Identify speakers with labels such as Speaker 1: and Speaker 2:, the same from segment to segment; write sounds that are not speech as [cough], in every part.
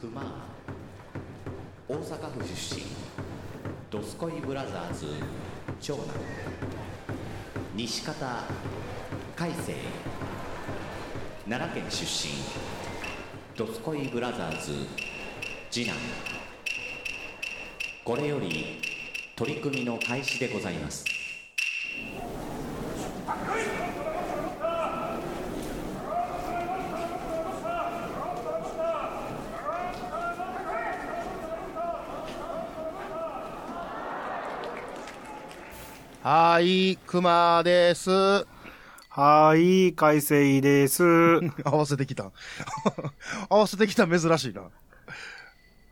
Speaker 1: 熊大阪府出身ドスコイブラザーズ長男西方海星奈良県出身ドスコイブラザーズ次男これより取り組みの開始でございます
Speaker 2: はい、熊です。 [laughs] 合
Speaker 3: はい、海星です。
Speaker 2: [laughs] わせてきた。合わせてきた珍しいな。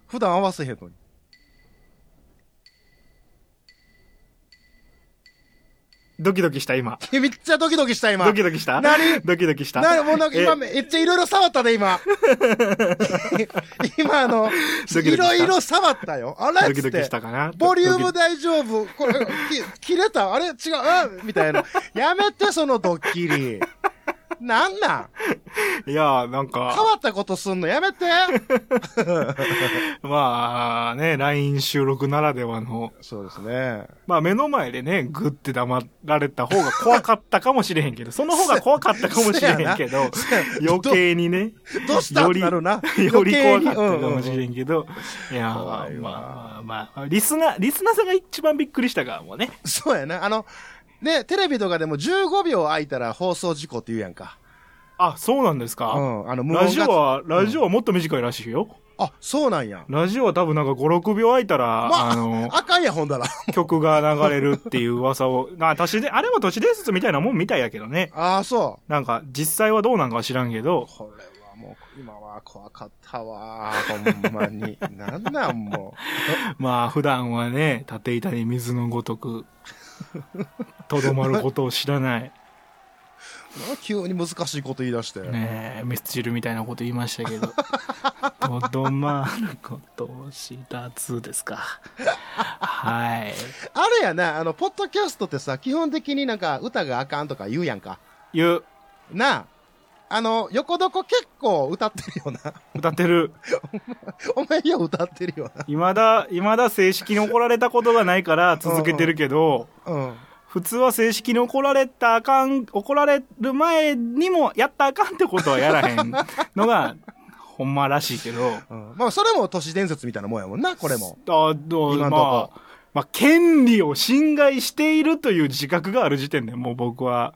Speaker 2: 普段合わせへんのに。
Speaker 3: ドキドキした、今。
Speaker 2: え [laughs] めっちゃドキドキした今。
Speaker 3: ドキドキした
Speaker 2: 何
Speaker 3: ドキドキした。
Speaker 2: なもうなんか今
Speaker 3: え
Speaker 2: めっちゃいろいろ触ったで [laughs] 今。今あの、
Speaker 3: ドキ
Speaker 2: い
Speaker 3: ドキした
Speaker 2: ろいろ触ったよ。あれっつっ
Speaker 3: ド
Speaker 2: て
Speaker 3: キドキしたかな
Speaker 2: ボリューム
Speaker 3: ドキ
Speaker 2: 大丈夫。これ、き切れたあれ違うあみたいな。やめてそのドッキリ。なんなん
Speaker 3: いやー、なん
Speaker 2: 変
Speaker 3: か、
Speaker 2: わったことすんのやめて。
Speaker 3: まあね、LINE 収録ならではの、
Speaker 2: そうです [laughs] ね。
Speaker 3: まあ目の前でね、グって黙られた方が怖かったかもしれへんけど、その方が怖かったかもしれへん
Speaker 2: [laughs]
Speaker 3: けど、余計にね、
Speaker 2: どうした
Speaker 3: より
Speaker 2: ってなるな
Speaker 3: より怖かった
Speaker 2: [laughs] 余計に
Speaker 3: かもしれんけど、いやー、ま
Speaker 2: 怖
Speaker 3: あ
Speaker 2: いわ
Speaker 3: まあまあ、リスナー、リスナーさんが一番びっくりしたからもね。
Speaker 2: そうやな。あの、ね、テレビとかでも15秒空いたら放送事故って言うやんか。
Speaker 3: あ、そうなんですか。
Speaker 2: うんあの無音が
Speaker 3: ラジオは、ラジオはもっと短いらしいよ。
Speaker 2: あ、そうなんや。
Speaker 3: ラジオは多分なんか5、6秒空いたら、
Speaker 2: ま
Speaker 3: あ、
Speaker 2: あ
Speaker 3: の、、
Speaker 2: あかんや、ほんだら。
Speaker 3: 曲が流れるっていう噂を、な、都市で、あれも都市伝説みたいなもんみたいやけどね。
Speaker 2: ああ、そ
Speaker 3: なんか、実際はどうなんかは知らんけど
Speaker 2: う。、これはもう、今は怖かったわ。ほんまに。 [laughs] なんなん、も
Speaker 3: まあ、普段はね、縦板に水のごとく、とどまることを知らない、
Speaker 2: う。なんか急に難しいこと言い出して。
Speaker 3: ねえ、ミスチルみたいなこと言いましたけど、とどまることを知らずですか。はい。
Speaker 2: あれやな、あの、ポッドキャストってさ、基本的になんか歌があかんとか言うやんか。
Speaker 3: 言う、
Speaker 2: なあ。あの、横床結構歌ってるよな。 [laughs]
Speaker 3: 歌ってる。
Speaker 2: お前よ、歌ってるよな。
Speaker 3: いまだ、いまだ正式に怒られたことがないから続けてるけど、
Speaker 2: うん。
Speaker 3: 普通は正式に怒られたあかん、怒られる前にもやったあかんってことはやらへん
Speaker 2: [laughs]
Speaker 3: のが、ほんまらしいけど、
Speaker 2: うん、まあ、それも都市伝説みたいなもんやもんな、これも。
Speaker 3: あどう
Speaker 2: 今んと
Speaker 3: ま
Speaker 2: こ
Speaker 3: あ、まあ、権利を侵害しているという自覚がある時点でもう僕は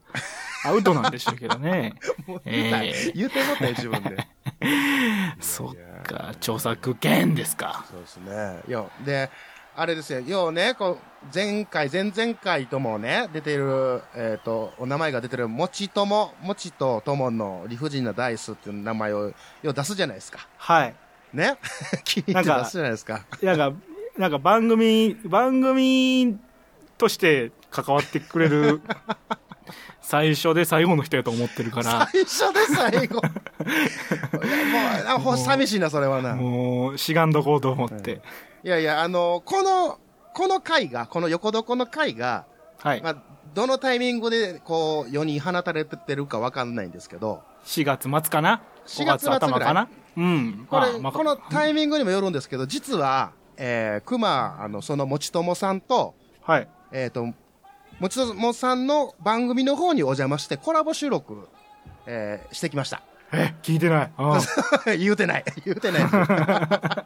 Speaker 3: アウトなんでしょうけどね。
Speaker 2: [laughs] もう言うた、
Speaker 3: ええ
Speaker 2: [laughs] 言うてもったよ、自分で。 [laughs]
Speaker 3: そっか、著作権ですか。
Speaker 2: そうですね。よ、で、あれですよ、ようね、こう、前回、前々回ともね、出てる、えっ、と、お名前が出てる、もちとも、もちとともの理不尽なダイスっていう名前を、よう出すじゃないですか。
Speaker 3: はい。
Speaker 2: ね [laughs] 聞いて
Speaker 3: な
Speaker 2: 出
Speaker 3: んか
Speaker 2: すじゃないですか。
Speaker 3: なんか、なんか番組、番組として関わってく
Speaker 2: [laughs]
Speaker 3: れる最初で最後の人やと思ってるから。
Speaker 2: 最初で
Speaker 3: [laughs]
Speaker 2: 最後。いやもうあ、ほ、
Speaker 3: もう
Speaker 2: 寂しいな、それはな。
Speaker 3: もう、しがんどこうと思って。
Speaker 2: いやいや、あの、この、この回が、この横床の回が、
Speaker 3: はい。
Speaker 2: まあ、どのタイミングで、こう、世に放たれてるかわかんないんですけど、
Speaker 3: 4月末かな
Speaker 2: 4
Speaker 3: ?5
Speaker 2: 月
Speaker 3: 月
Speaker 2: 末ぐらい
Speaker 3: 頭かなうん。
Speaker 2: これ、
Speaker 3: まあまあ
Speaker 2: このタイミングにもよるんですけど、実は、えー、熊、あの、その、もちともさんと、
Speaker 3: はい。
Speaker 2: えっ、と、もちともさんの番組の方にお邪魔して、コラボ収録、えーしてきました。 [laughs]
Speaker 3: え、聞いてない。ああ
Speaker 2: 言うてない。 [laughs] 言う
Speaker 3: [laughs]
Speaker 2: てない。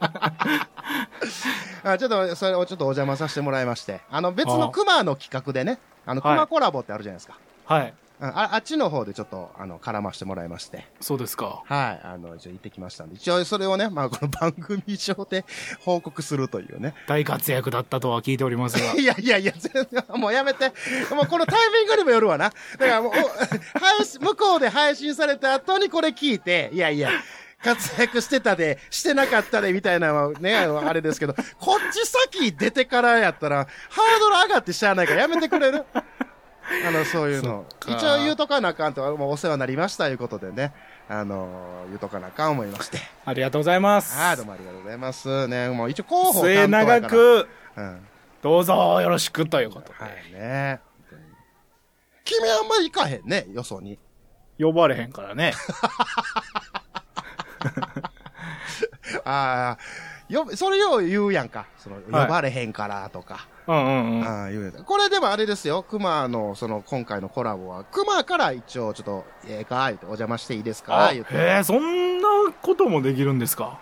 Speaker 2: あちょっと、それをちょっとお邪魔させてもらいまして、あの、別の熊の企画でね、あの、
Speaker 3: はい
Speaker 2: 熊コラボってあるじゃないですか。
Speaker 3: はい。
Speaker 2: うんああっちの方でちょっと、あの、絡ましてもらいまして。
Speaker 3: そうですか。
Speaker 2: はい。あの、一応行ってきましたんで、一応それをね、まあ、この番組上で報告するというね。。
Speaker 3: 大活躍だったとは聞いておりますが
Speaker 2: [laughs] いやいやいや、全然、もうやめて。もうこのタイミングにもよるわな。だからもう、お配信、向こうで配信された後にこれ聞いて、いやいや、活躍してたで、してなかったで、みたいなのはね、あのあれですけど、こっち先出てからやったら、ハードル上がってしゃあないからやめてくれるあの、そういうの。
Speaker 3: そ
Speaker 2: 一
Speaker 3: っか
Speaker 2: 応言うとかなあかんと、もうお世話になりましたということでね、あの、言うとかなあかん思いまして。
Speaker 3: ありがとうございます。
Speaker 2: ああ、どうもありがとうございます。ね、もう一応候補
Speaker 3: 末
Speaker 2: 担当やから
Speaker 3: 永。く、
Speaker 2: うん。
Speaker 3: どうぞよろしくということで。
Speaker 2: はいね。君あんまり行かへんね、よそに。 [laughs]
Speaker 3: 呼ばれへんからね。
Speaker 2: ああ、よ、それを言うやんか。その、呼
Speaker 3: はい
Speaker 2: ばれへんからとか。
Speaker 3: うんうんうん。
Speaker 2: ああ、言うやんかこれでもあれですよ。熊の、その、今回のコラボは、熊から一応、ちょっと、ええかいって、お邪魔していいですか
Speaker 3: あ
Speaker 2: 言
Speaker 3: へ
Speaker 2: って。 [laughs]
Speaker 3: え、そんなこともできるんですか。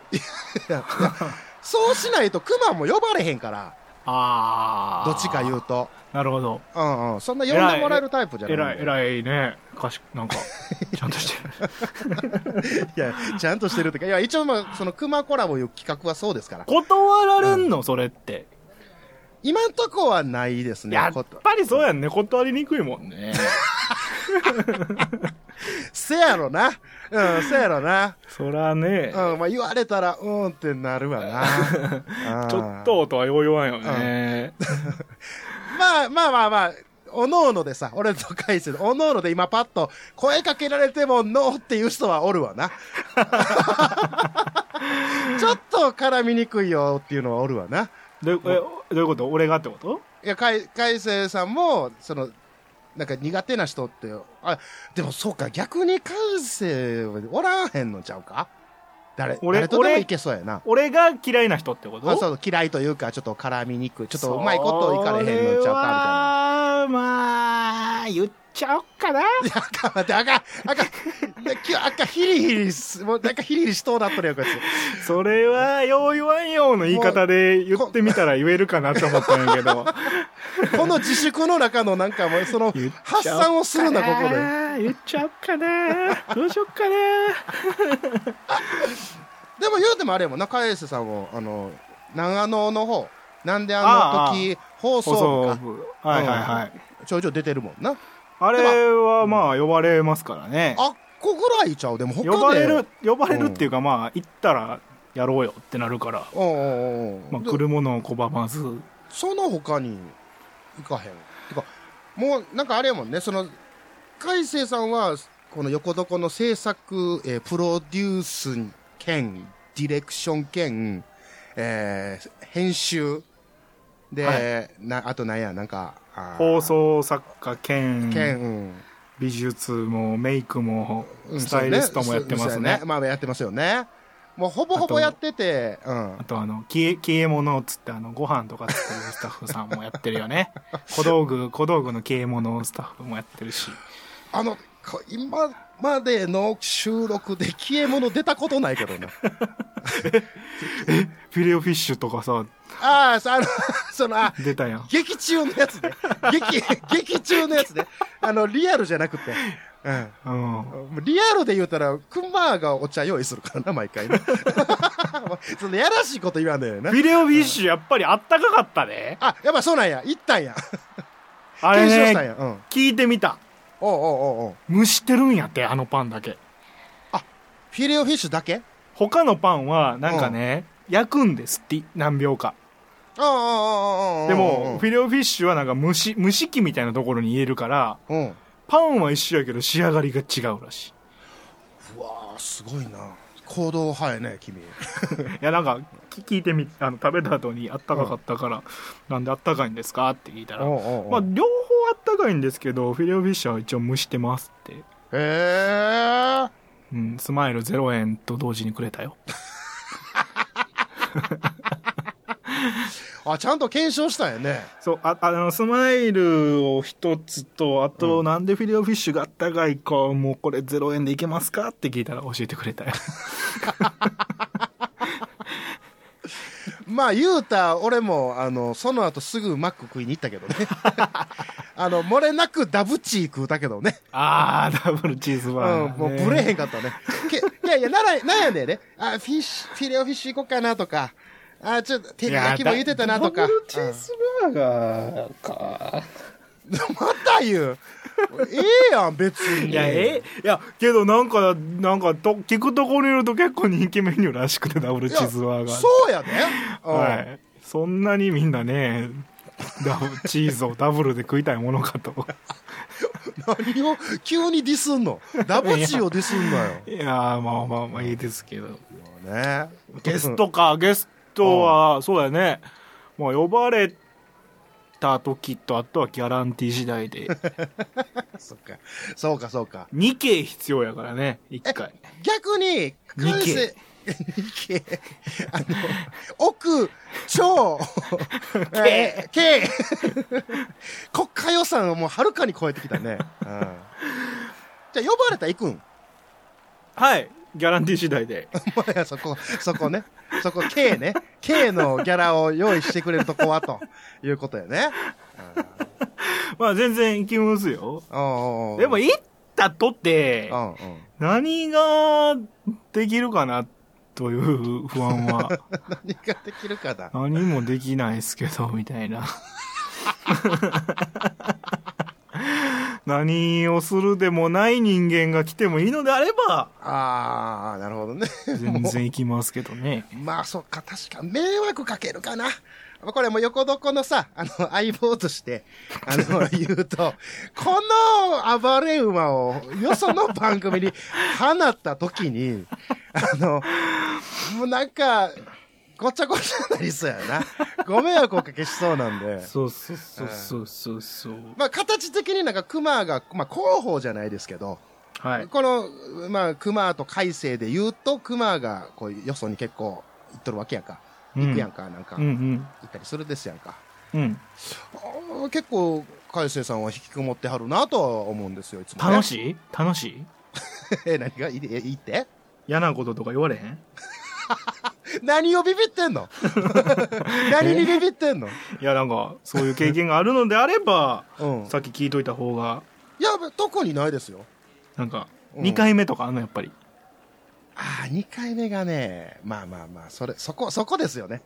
Speaker 2: そうしないと熊も呼ばれへんから、
Speaker 3: ああ。
Speaker 2: どっちか言うと。
Speaker 3: なるほど。
Speaker 2: うんうん。そんな呼んでもらえるタイプじゃ
Speaker 3: え
Speaker 2: な
Speaker 3: ら
Speaker 2: い
Speaker 3: い、
Speaker 2: んで。
Speaker 3: えらいね。かし、なんか、ちゃんとしてる。 [laughs]
Speaker 2: [laughs] いや、ちゃんとしてるとか。いや、一応まあ、その熊コラボいう企画はそうですから。
Speaker 3: 断られんの、それって。
Speaker 2: 今んとこはないですね。
Speaker 3: やっ
Speaker 2: こと
Speaker 3: ぱりそうやんね。断りにくいもんね。
Speaker 2: せやろな。うん、せやろな。
Speaker 3: そらね、
Speaker 2: うん、まあ言われたら、うーんってなるわ
Speaker 3: [laughs]
Speaker 2: な。
Speaker 3: ちょっ
Speaker 2: うん。
Speaker 3: ととはよう言わんよね。
Speaker 2: まあまあまあまあ、おのおのでさ、俺と返すおのおので今パッと声かけられてもノーっていう人はおるわ
Speaker 3: [laughs]
Speaker 2: な。ちょっと絡みにくいよっていうのはおるわな。
Speaker 3: どうえどういうこと俺がってこと
Speaker 2: いや、かい、かいせいさんも、その、なんか苦手な人って、あ、でもそうか、逆にかいせいはおらんへんのちゃうか誰、
Speaker 3: 俺
Speaker 2: 誰とでも
Speaker 3: 俺
Speaker 2: いけそうやな。
Speaker 3: 俺が嫌いな人ってこと
Speaker 2: あそう嫌いというか、ちょっと絡みにくい。ちょっとうまいこといかれへんのちゃうか
Speaker 3: ああまあ、言っちゃおっかな。
Speaker 2: みたいな。あかん、待って、あかん、あかん。で今日、あかん、ヒリヒリす、もうなんかヒリヒリしとうなっとるやん、こいつ。
Speaker 3: それは、よう言わんようの言い方で言ってみたら言えるかなと思ったんやけど。
Speaker 2: [laughs] この自粛の中のなんかもう、その
Speaker 3: 言っ、
Speaker 2: 発
Speaker 3: ちゃおっかな
Speaker 2: 散をするな、ここで。
Speaker 3: あー言っちゃおっかな。どうしよっかな。
Speaker 2: でも言うてもあれやもんな、かえせさんも、あの、長野の方、なんであ
Speaker 3: ああ
Speaker 2: の時、放送
Speaker 3: 放
Speaker 2: 部
Speaker 3: 送部はいはいはい。
Speaker 2: か、ちょいちょい出てるもんな。
Speaker 3: あれはまあ呼ばれますからね。
Speaker 2: あっこぐらいちゃう、でも他で。
Speaker 3: 呼ばれる、呼ばれるっていうかまあ行ったらやろうよってなるから。
Speaker 2: うんうんうん。
Speaker 3: まあ
Speaker 2: で
Speaker 3: 来るものを拒まず。
Speaker 2: その他に行かへん。てか、もうなんかあれやもんね、その、海星さんは、この横床の制作、えープロデュース兼、ディレクション兼、えー編集、で、な、あとなんや、なんか、あー
Speaker 3: 放送作家兼、
Speaker 2: 兼、うん
Speaker 3: 美術もメイクも
Speaker 2: うん
Speaker 3: スタイリストもやってま
Speaker 2: そ
Speaker 3: す
Speaker 2: う
Speaker 3: ね
Speaker 2: ね。まあやってますよね。もうほぼほぼやってて、うん
Speaker 3: あ。とあの消え消え物っつってあのご飯とか作るスタッフさんもやってる
Speaker 2: [laughs]
Speaker 3: よね小道具小道具の消え物スタッフもやってるし
Speaker 2: あの、こ今までの収録で消え物出たことないけど
Speaker 3: [laughs]
Speaker 2: な。
Speaker 3: フィレオフィッシュとかさ
Speaker 2: ああ、そあの、その、あ
Speaker 3: 出たやん
Speaker 2: 劇中のやつね。劇、劇中のやつね。あの、リアルじゃなくて。うん。
Speaker 3: うん
Speaker 2: もうリアルで言うたら、クマがお茶用意するからな、毎
Speaker 3: [laughs]
Speaker 2: 回な。そのやらしいこと言わんだよな
Speaker 3: フ。ィレオフィッシュやっぱりあったかかったね
Speaker 2: あ、やっぱそうなんや。行ったんや。
Speaker 3: あれ
Speaker 2: 検証したん
Speaker 3: ね
Speaker 2: や。うん。
Speaker 3: 聞いてみた
Speaker 2: おうおうおうおう
Speaker 3: 蒸してるんやってあのパンだけ
Speaker 2: フィレオフィッシュだけ
Speaker 3: 他のパンはなんかね、焼くんですって何秒か
Speaker 2: ああ、ああ、ああ。
Speaker 3: でもフィレオフィッシュはなんか蒸し蒸し器みたいなところに入れるから
Speaker 2: うん。うん。
Speaker 3: パンは一緒やけど仕上がりが違うらしいう
Speaker 2: わあ、すごいな。行動派やね、君。
Speaker 3: いやなんかき聞いてみあの食べた後にあったかかったから、なんであったかいんですかって聞いたら、
Speaker 2: おうお [laughs] うおう
Speaker 3: まあ、両方あったかいんですけどフィレオフィッシュは一応蒸してますって、
Speaker 2: へえ。
Speaker 3: うん、スマイル0円と同時にくれたよ
Speaker 2: あ、ちゃんと検証したんやね。
Speaker 3: そうああのスマイルを一つとあと、なんでフィレオフィッシュがあったかいかもうこれ0円でいけますかって聞いたら教えてくれたよ
Speaker 2: まあ言うた俺もあのその後すぐマック食いに行ったけ
Speaker 3: [laughs]
Speaker 2: どねあの漏れなくダブチー食うたけどね
Speaker 3: [laughs] ああダブルチーズバーガ
Speaker 2: うん、も
Speaker 3: ー、
Speaker 2: う
Speaker 3: ね
Speaker 2: ブレへんかったねけいやいやならなんやねんねあフィッシュフィレオフィッシュ行こうかなとかあちょっと照り焼きも言うてたなと
Speaker 3: い
Speaker 2: か
Speaker 3: やだダブルチーズバーガーか、
Speaker 2: うん [laughs] また言うええやん別に
Speaker 3: いや、えいや、けどなんか、なんかと、聞くところによると結構人気メニューらしくて、ダブル
Speaker 2: い
Speaker 3: チ
Speaker 2: や
Speaker 3: ーズバーガー。
Speaker 2: そうやね、うん
Speaker 3: はい。そんなにみんなね、ダブルチーズをダブルで食いたいもの
Speaker 2: [laughs]
Speaker 3: かと。
Speaker 2: 何を急にディスんのダブチーをディスんのよ、
Speaker 3: いやー、まあまあまあいいですけど。
Speaker 2: もうね、
Speaker 3: ゲストか、ゲストは、そうやね。まあ呼ばれた時と、あとはギャランティー次
Speaker 2: [laughs]
Speaker 3: 第で、
Speaker 2: そっかそうかそうか
Speaker 3: 2件必要やからね、1回。
Speaker 2: 逆に、
Speaker 3: 二
Speaker 2: 海
Speaker 3: 期
Speaker 2: 星、けあの、奥、
Speaker 3: [laughs]
Speaker 2: 超、えー、け国家予算をもうはるかに超えてきたね。うん、じゃあ、呼ばれたら行くん [laughs]
Speaker 3: はい。ギャランティー次第で。
Speaker 2: お前らそこ、そこね。そこ、K ね。K のギャラを用意してくれるとこは、ということやね。
Speaker 3: まあ全然行きますよ。
Speaker 2: うん
Speaker 3: でも
Speaker 2: い
Speaker 3: 行ったとって
Speaker 2: う、んうん。
Speaker 3: 何ができるかなという不安は。 [laughs]
Speaker 2: 何ができるかだ。
Speaker 3: 何もできないですけど、みたいな。 [laughs] 何をするでもない人間が来てもいいのであれば、
Speaker 2: [laughs] あー、なるほどね。 [laughs]
Speaker 3: 全然行きますけどね。
Speaker 2: まあ、そっか、確か、迷惑かけるかな。これもう横床のさ、あの、相棒として、あ [laughs] の、言うと、この暴れ馬をよその番組に放った時に、あの、もうなんか、ごちゃごちゃになりそうやな。ご迷惑をおかけし [laughs] そうなんで。
Speaker 3: そうそうそうそうそうそう。
Speaker 2: まあ、形的になんか熊が、まあ、広報じゃないですけど、
Speaker 3: はい。
Speaker 2: この、まあ、熊と海星で言うと、熊が、こう、よそに結構行っとるわけやんか。行くやんか、なんか、
Speaker 3: う
Speaker 2: 行
Speaker 3: んうん。
Speaker 2: ったりするですやんか。
Speaker 3: うん。
Speaker 2: あー結構、海星さんは引きこもってはるなとは思うんですよ、いつも、ね。
Speaker 3: 楽
Speaker 2: い。
Speaker 3: しい楽しい
Speaker 2: 何がいい [laughs] えいいって
Speaker 3: 嫌なこととか言われへん
Speaker 2: 何をビビってん
Speaker 3: [laughs]
Speaker 2: の何にビビってんの
Speaker 3: いや、なんか、そういう経験があるのであれば、
Speaker 2: うん。
Speaker 3: さっき聞いといた方が、
Speaker 2: いや、特にないですよ。
Speaker 3: なんか、
Speaker 2: うん
Speaker 3: 2回目とかあんの、やっぱり。
Speaker 2: ああ、2回目がね、まあまあまあ、それ、そこ、そこですよね。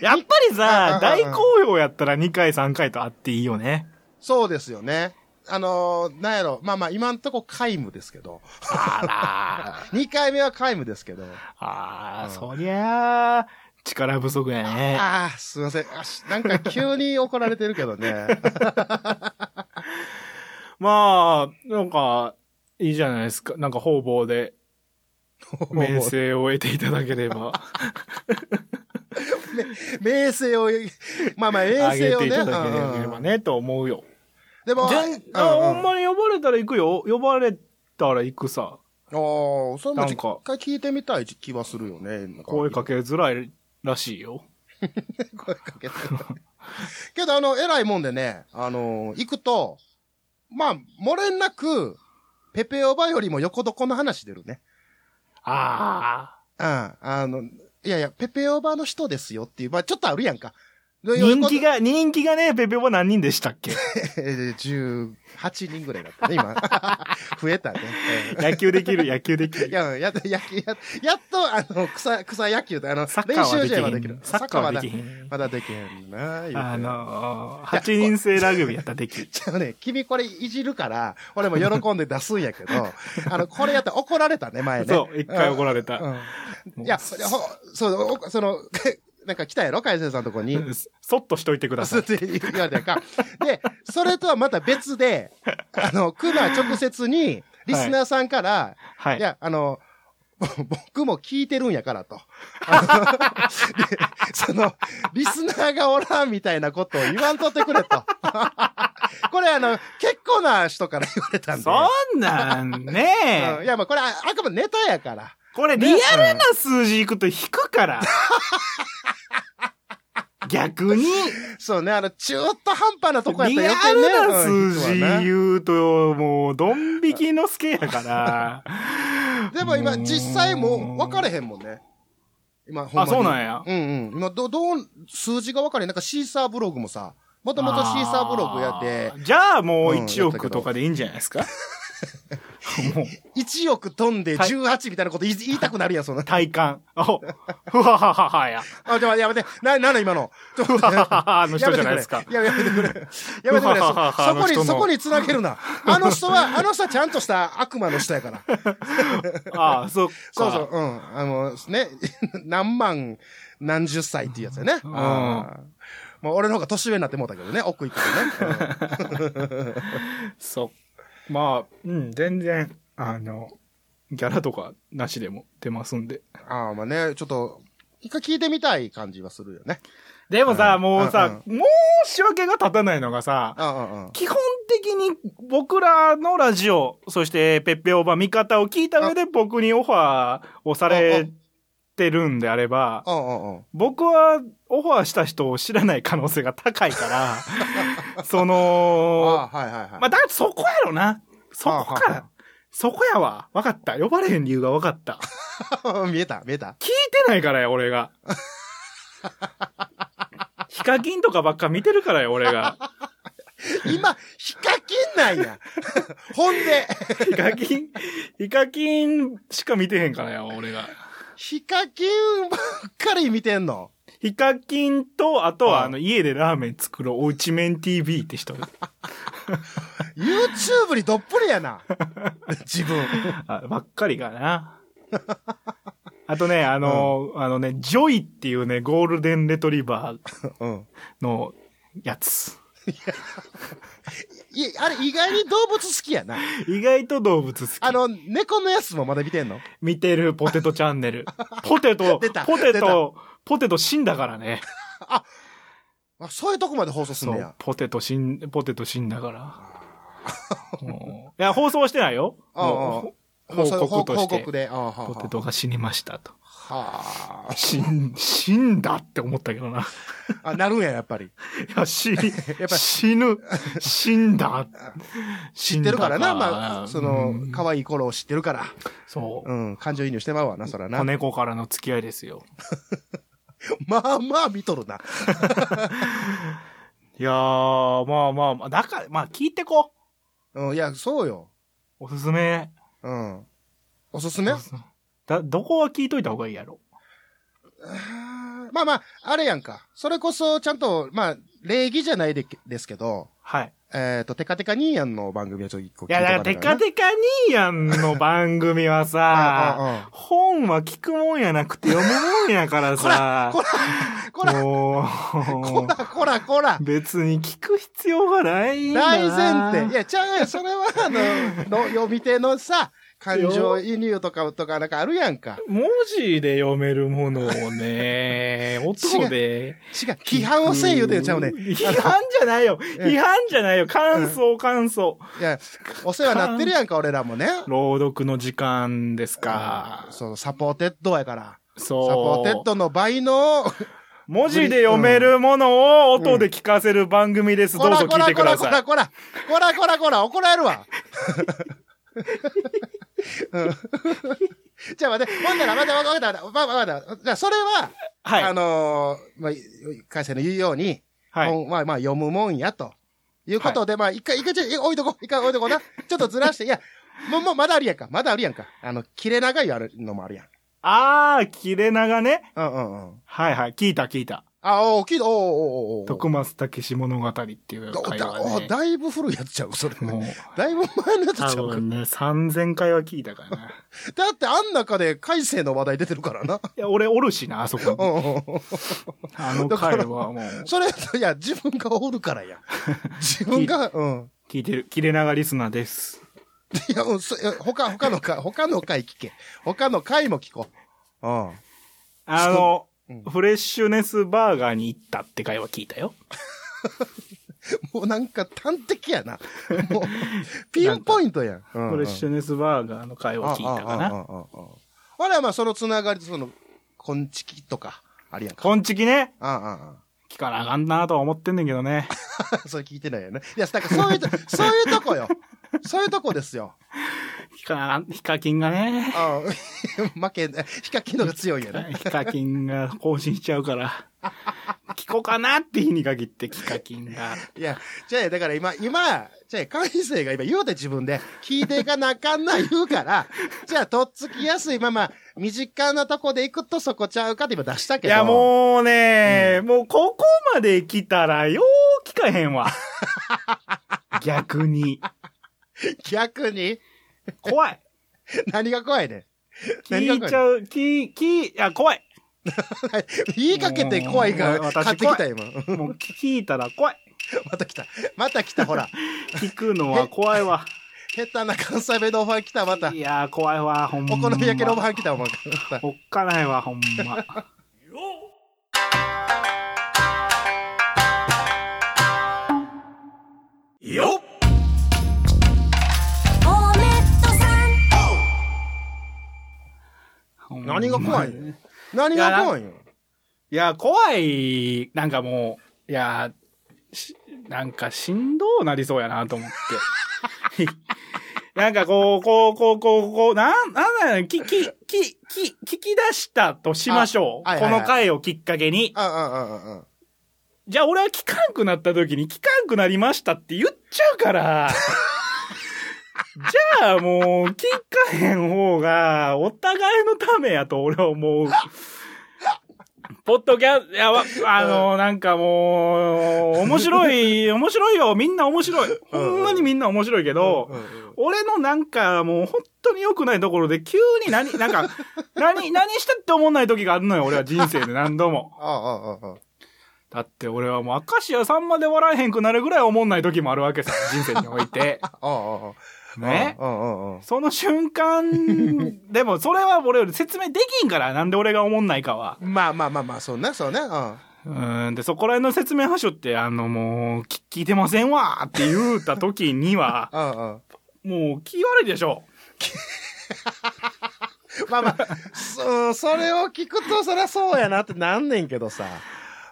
Speaker 3: やっぱり
Speaker 2: あああ
Speaker 3: さ、大好評やったら2回3回とあっていいよね。
Speaker 2: そうですよね。あのーなんやろ、まあまあ、今んとこ皆無ですけど。あ [laughs] ら !2 回目は皆無ですけど。
Speaker 3: ああ、そりゃあ、力不足やね。
Speaker 2: ああ、すいません。あしなんか急に怒られてるけどね。 [laughs]
Speaker 3: まあ、なんか、いいじゃないですか。なんか方々で、名声を得ていただければ、
Speaker 2: 名声を、まあまあ、 [laughs] 名
Speaker 3: あ
Speaker 2: 声
Speaker 3: げ
Speaker 2: を
Speaker 3: て
Speaker 2: ね。
Speaker 3: いただければね、と思うよ。
Speaker 2: うんでも、
Speaker 3: 全あ、
Speaker 2: うん
Speaker 3: ほ
Speaker 2: うん
Speaker 3: んまに呼ばれたら行くよ。呼ばれたら行くさ。
Speaker 2: おーそれも
Speaker 3: なん
Speaker 2: 一
Speaker 3: か
Speaker 2: 回聞いてみたい気はするよね。なん
Speaker 3: 声かけづらいらしいよ。
Speaker 2: 声かけてる。けど、あの、偉いもんでね、あのー行くと、まあ、漏れなく、ペペオバよりも横床の話出るね。
Speaker 3: ああ。
Speaker 2: うん。あの、いやいや、ペペオバの人ですよっていう、まあ、ちょっとあるやんか。
Speaker 3: 人気
Speaker 2: が。
Speaker 3: が、人気がね、ペペボ何人でしたっけ
Speaker 2: えー18人ぐらいだったね、
Speaker 3: [laughs]
Speaker 2: 今。増えたね。え
Speaker 3: 野球できる、野球でき
Speaker 2: ーい
Speaker 3: る。
Speaker 2: や、やっと、や、ややっと、あの、草、草野球で、あの、
Speaker 3: サッカー
Speaker 2: 練
Speaker 3: は
Speaker 2: 習
Speaker 3: でき
Speaker 2: 試
Speaker 3: へ
Speaker 2: 合はできる
Speaker 3: ん。。サッカーは
Speaker 2: まだ
Speaker 3: できへん。
Speaker 2: まだできへんな、言うて
Speaker 3: あのー、8人制ラグビーやったらできる。
Speaker 2: じゃあね、君これいじるから、俺も喜んで出すんや
Speaker 3: [laughs]
Speaker 2: けど、あの、これやったら怒られたね、前ね。
Speaker 3: そう、一回怒
Speaker 2: ら
Speaker 3: られ
Speaker 2: れ
Speaker 3: た。。
Speaker 2: うん、いや、それほそう、おその、 [laughs] なんか来たやろ海星さんのとこに。
Speaker 3: そっとしといてくだ
Speaker 2: そ
Speaker 3: さ
Speaker 2: うっ
Speaker 3: い。
Speaker 2: て言われたやんか。で、それとはまた別で、あの、クマ直接に、リスナーさんから、、
Speaker 3: はいい。
Speaker 2: や、あの、ぼ僕も聞いてるんやから
Speaker 3: [laughs]
Speaker 2: と。あのでその、リスナーがおらんみたいなことを言わんとってくれと。これあの、結構な人から言われたんで。
Speaker 3: そんなん
Speaker 2: うんい
Speaker 3: ね、
Speaker 2: や、まあこれああくまでネタやから。
Speaker 3: これリアルな数字いくと引くから。 [laughs] 逆に、
Speaker 2: そうね、あの、中途半端なとこやった
Speaker 3: リ
Speaker 2: ら
Speaker 3: ア
Speaker 2: 余計ね
Speaker 3: ルな
Speaker 2: うん
Speaker 3: 数字
Speaker 2: 人はね
Speaker 3: 言うと、もう、ドン引きの助や [laughs] から。
Speaker 2: でも今、実際もう分かれへんもんね。今、ほんまに
Speaker 3: そうなんや
Speaker 2: うんうん。今、ど、どう、数字が分かれへん。なんかシーサーブログもさ、もともとシーサーブログやって
Speaker 3: あ、ー。じゃあもう
Speaker 2: うん
Speaker 3: 1億とかでいいんじゃないです [laughs] か、もう、
Speaker 2: 1億飛んで18みたいなこと言い言いたくなるやん、
Speaker 3: [laughs]
Speaker 2: そんな。
Speaker 3: 体感。おふわはははや。
Speaker 2: あ、でもやめて。な、なんだ今の。ちょっと
Speaker 3: ふわはははの
Speaker 2: や
Speaker 3: 人
Speaker 2: め
Speaker 3: じ
Speaker 2: てく
Speaker 3: ゃない
Speaker 2: れ
Speaker 3: ですか。
Speaker 2: いや、やめてくれ。やめてく
Speaker 3: [laughs]
Speaker 2: れ。そそこ
Speaker 3: あの人の
Speaker 2: に、そこに繋げるな。あの人は、あの人はちゃんとした悪魔の人やから。
Speaker 3: ああ、そっか。
Speaker 2: そうそう、うん。あの、ね、 [laughs] 何万、何十歳っていうやつやね。うん。
Speaker 3: ん
Speaker 2: まあ、俺の方が年上になってもうたけどね、奥行くとね。 [laughs] うん
Speaker 3: そう。まあ、うん、全然、あの、ギャラとかなしでも出ますんで。
Speaker 2: ああ、まあね、ちょっと、一回聞いてみたい感じはするよね。
Speaker 3: でもさ、もう
Speaker 2: うん
Speaker 3: さ、申し訳が立たないのがさ、
Speaker 2: うんうんうん。
Speaker 3: 基本的に僕らのラジオ、そしてペッペオーバー見方を聞いた上で僕にオファーをされてるんであれば、
Speaker 2: うんうんうん。
Speaker 3: 僕はオファーした人を知らない可能性が高
Speaker 2: [laughs]
Speaker 3: いから、その、
Speaker 2: ああ、はいはいはい。
Speaker 3: まあ、だそこやろな。そこか
Speaker 2: ああ
Speaker 3: ら。そこやわ。わかった。呼ばれへん理由がわかった。
Speaker 2: [laughs] 見えた見えた
Speaker 3: 聞いてないからや、俺
Speaker 2: [laughs]
Speaker 3: が。ヒカキンとかばっか見てるからよ、俺が。
Speaker 2: 今、ヒカキンなんや。 [laughs] ほんで、
Speaker 3: ヒカキン、ヒカキンしか見てへんからよ、俺が。
Speaker 2: ヒカキンばっかり見てんの。
Speaker 3: ヒカキンと、あと
Speaker 2: あ
Speaker 3: は、
Speaker 2: あ
Speaker 3: あの、家でラーメン作ろう、おうち麺 TV って人。
Speaker 2: YouTube にどっぷりや [laughs] な。自分。
Speaker 3: あばっかりかな。 [laughs] あとね、あの、あのね、ジョイっていうね、ゴールデンレトリバー
Speaker 2: うん。
Speaker 3: のやつ。
Speaker 2: い、あれ、意外に動物好きやな。
Speaker 3: 意外と動物好き。
Speaker 2: あの、猫のやつもまだ見てんの
Speaker 3: 見てるポテトチャンネ
Speaker 2: [laughs]
Speaker 3: ル。ポテト
Speaker 2: 出た、
Speaker 3: ポテ
Speaker 2: 出
Speaker 3: ト、ポテト死んだからね。
Speaker 2: あ、そういうとこまで放送すん
Speaker 3: そ
Speaker 2: ね
Speaker 3: う
Speaker 2: や。、
Speaker 3: ポテト死ん、ポテト死ん
Speaker 2: [laughs]
Speaker 3: だから。もういや、放送はしてないよ。
Speaker 2: ああ
Speaker 3: もう
Speaker 2: もう
Speaker 3: 報
Speaker 2: そういう
Speaker 3: 告とし
Speaker 2: 報
Speaker 3: て
Speaker 2: 告。で。ああはあはあ
Speaker 3: ポテトが死にましたと。
Speaker 2: はあ
Speaker 3: 死ん、死んだって思ったけどな。い
Speaker 2: あ、なるんや、やっぱ [laughs] り。
Speaker 3: や、死、
Speaker 2: ぱり
Speaker 3: 死ぬ、死んだ。
Speaker 2: 知
Speaker 3: 知
Speaker 2: ってるからな。まあ、その、可愛い頃を知ってるから。
Speaker 3: そう
Speaker 2: う。ん、感情移入してまうわな、そらな
Speaker 3: 子。猫からの付き合いですよ。
Speaker 2: まあまあ見とるな。
Speaker 3: いやー、まあまあまあ、だから、まあ聞いてこ。
Speaker 2: うん、いや、そうよ。
Speaker 3: おすすめ。
Speaker 2: うん。おすすめ
Speaker 3: だ、どこは聞いといた方がいいやろ。
Speaker 2: あーまあまあ、あれやんか。それこそ、ちゃんと、まあ、礼儀じゃないでですけど、
Speaker 3: はい。
Speaker 2: えっ、と、テカテカニーヤンの番組はちょっと一個聞い
Speaker 3: い
Speaker 2: て
Speaker 3: や、だから、テカテカ兄やんの番組はさ、
Speaker 2: カ
Speaker 3: 本は聞くもんやなくて読むもんやからさ、
Speaker 2: ここら、
Speaker 3: も
Speaker 2: こら、こら、こら
Speaker 3: う、。別に聞く必要がないんだ
Speaker 2: 大前提。いや、ちゃうやんそれは、あの、の読み手のさ、感情移入とか、とかなんかあるやんか。
Speaker 3: 文字で読めるもの
Speaker 2: [laughs]
Speaker 3: をね、音で。
Speaker 2: 違う、規範をせえ言うてんちゃうねん。
Speaker 3: 批判じゃないよ。批判じゃないよ。感想、感想。
Speaker 2: いや、お世話になってるやんか、俺らもね。
Speaker 3: 朗読の時間ですか。
Speaker 2: そう、サポーテッドやから。
Speaker 3: そう。
Speaker 2: サポーテッドの倍の、
Speaker 3: 文字で読めるものを音で聞かせる番組です。ど
Speaker 2: こ
Speaker 3: う
Speaker 2: ら
Speaker 3: ぞ
Speaker 2: こ
Speaker 3: 聞い
Speaker 2: ら
Speaker 3: て
Speaker 2: こ
Speaker 3: く
Speaker 2: ら
Speaker 3: だ
Speaker 2: こ
Speaker 3: さ
Speaker 2: ら
Speaker 3: い。
Speaker 2: こら、こらこらこら、怒られるわ。うんじゃあ待って、ほんなら待って、待って、待って、待って、待って、じゃあそれは、あ
Speaker 3: はい。
Speaker 2: のー、まあ、海星の言うように、
Speaker 3: はい。
Speaker 2: 本はまあ読むもんやと。いうことで、まあ一回、一回ちょい置いとこう、一回置いとこう
Speaker 3: [laughs]
Speaker 2: な。ちょっとずらして、いや、もう、もうまだあるやんか、まだあるやんか。あの、切れ長いあるのもあるやん。
Speaker 3: あー、切れ長ね。
Speaker 2: うんうんうん。
Speaker 3: はいはい。聞いた聞いた。
Speaker 2: あ、おー聞いた、おーおーおーおー
Speaker 3: 徳松武史物語っていう
Speaker 2: お
Speaker 3: 会
Speaker 2: だ
Speaker 3: 話
Speaker 2: お
Speaker 3: ね。
Speaker 2: だいぶ古いやつちゃうそれ。
Speaker 3: もう、
Speaker 2: だいぶ前のやつちゃ
Speaker 3: 多
Speaker 2: うか
Speaker 3: 分ね、3000回は聞いたか
Speaker 2: [laughs]
Speaker 3: らな。
Speaker 2: だってあん中で改正の話題出てるから
Speaker 3: [laughs]
Speaker 2: な。
Speaker 3: いや、俺おるしな、あそこ
Speaker 2: う
Speaker 3: に。
Speaker 2: んうんうん。
Speaker 3: あの回はもう、
Speaker 2: それ、いや、自分がおるからや。自分が、うん。
Speaker 3: 聞いてる。切れ長リスナーです。
Speaker 2: [laughs] いや、うん、そいや他、他の回、他の回聞け。他の回も聞こう。うん。
Speaker 3: あの
Speaker 2: うん、
Speaker 3: フレッシュネスバーガーに行ったって会話聞いたよ。
Speaker 2: もうなんか端的や
Speaker 3: [laughs]
Speaker 2: な。もう、ピンポイントやん。フ
Speaker 3: フレッシュネスバーガーの会話聞いたかな。
Speaker 2: あれはまあそのつながりとその、こんちきとか、あるやんか。
Speaker 3: こんちきね。
Speaker 2: ああああああ。
Speaker 3: 聞かなあかんなとは思ってんねんけどね。 [laughs]
Speaker 2: [laughs] それ聞いてないよね。いや、だからそういうと、そういうとこよ。そういうとこですよ。
Speaker 3: ヒカ、ヒカキンがね。
Speaker 2: あ [laughs] あ負け、ヒカキンのが強いよね。
Speaker 3: ヒカキンが更新しちゃうから。 [laughs] 聞こうかなって日に限って、ヒカキンが。
Speaker 2: いや、じゃあ、だから今、今、じゃあ、海星が今言うて自分で、聞いていかなあかんな言うから、じゃあ、とっつきやすいまま、身近なとこで行くとそこちゃうかって今出した
Speaker 3: い
Speaker 2: けど。
Speaker 3: や、もうね、もうここまで来たらよう聞かへ
Speaker 2: [laughs]
Speaker 3: んわ。逆に。
Speaker 2: 逆に、
Speaker 3: 怖い。
Speaker 2: 何が怖いねん。 [laughs] 何が
Speaker 3: 聞いちゃう、聞、聞、いや、怖い。
Speaker 2: 言いかけて怖いから、
Speaker 3: もう
Speaker 2: 買ってきた今。 [laughs]
Speaker 3: もう聞いたら怖い。
Speaker 2: また来た。また来た、
Speaker 3: [laughs]
Speaker 2: ほら。
Speaker 3: 聞くのは怖いわ。
Speaker 2: 下手な関西弁のオファー来た、また
Speaker 3: い。やー、怖いわ、ほんま。
Speaker 2: お好み焼きのオファー来た、お前。
Speaker 3: おっかないわ、ほんま。よっ
Speaker 2: 何が怖いん
Speaker 3: い
Speaker 2: よ何が怖いんよ
Speaker 3: や、怖い、なんかもう、いや、しなんかしんどうなりそうやなと思って。なんかこう、こう、こう、こう、こう、なん、なんだよ、き、き、き、き、聞き出したとしましょう。
Speaker 2: あはいはいはい
Speaker 3: この回をきっかけに。
Speaker 2: あああああ
Speaker 3: じゃあ俺は聞かんくなった時に聞かんくなりましたって言っちゃうから。じゃあもう聞かへん方がお互いのためやと俺は思う。ポッドキャいやわあの、なんかもう、面白い、面白いよ、みんな面白い。ほんまにみんな面白いけど、
Speaker 2: うんうん
Speaker 3: 俺のなんかもう本当に良くないところで急に何、なんか、何、何したって思わない時があるのよ、俺は人生で何度も。
Speaker 2: あああああ
Speaker 3: だって俺はもう、明石家さんまで笑えへんくなるぐらい思んない時もあるわけ
Speaker 2: [laughs]
Speaker 3: さ、人生において。
Speaker 2: あああ
Speaker 3: ね
Speaker 2: ああああ
Speaker 3: その瞬間、でもそれは俺より説明できんから、なんで俺が思んないかは。
Speaker 2: まあまあまあまあそうねそうねうんあ
Speaker 3: うーん、で、そこら辺の説明箇所って、あのもう、き聞いてませんわーって言うた時
Speaker 2: [laughs]
Speaker 3: には、
Speaker 2: あ
Speaker 3: もう気悪いでしょ。
Speaker 2: まあまあそそれを聞くとそりゃそうやなってなんねんけどさ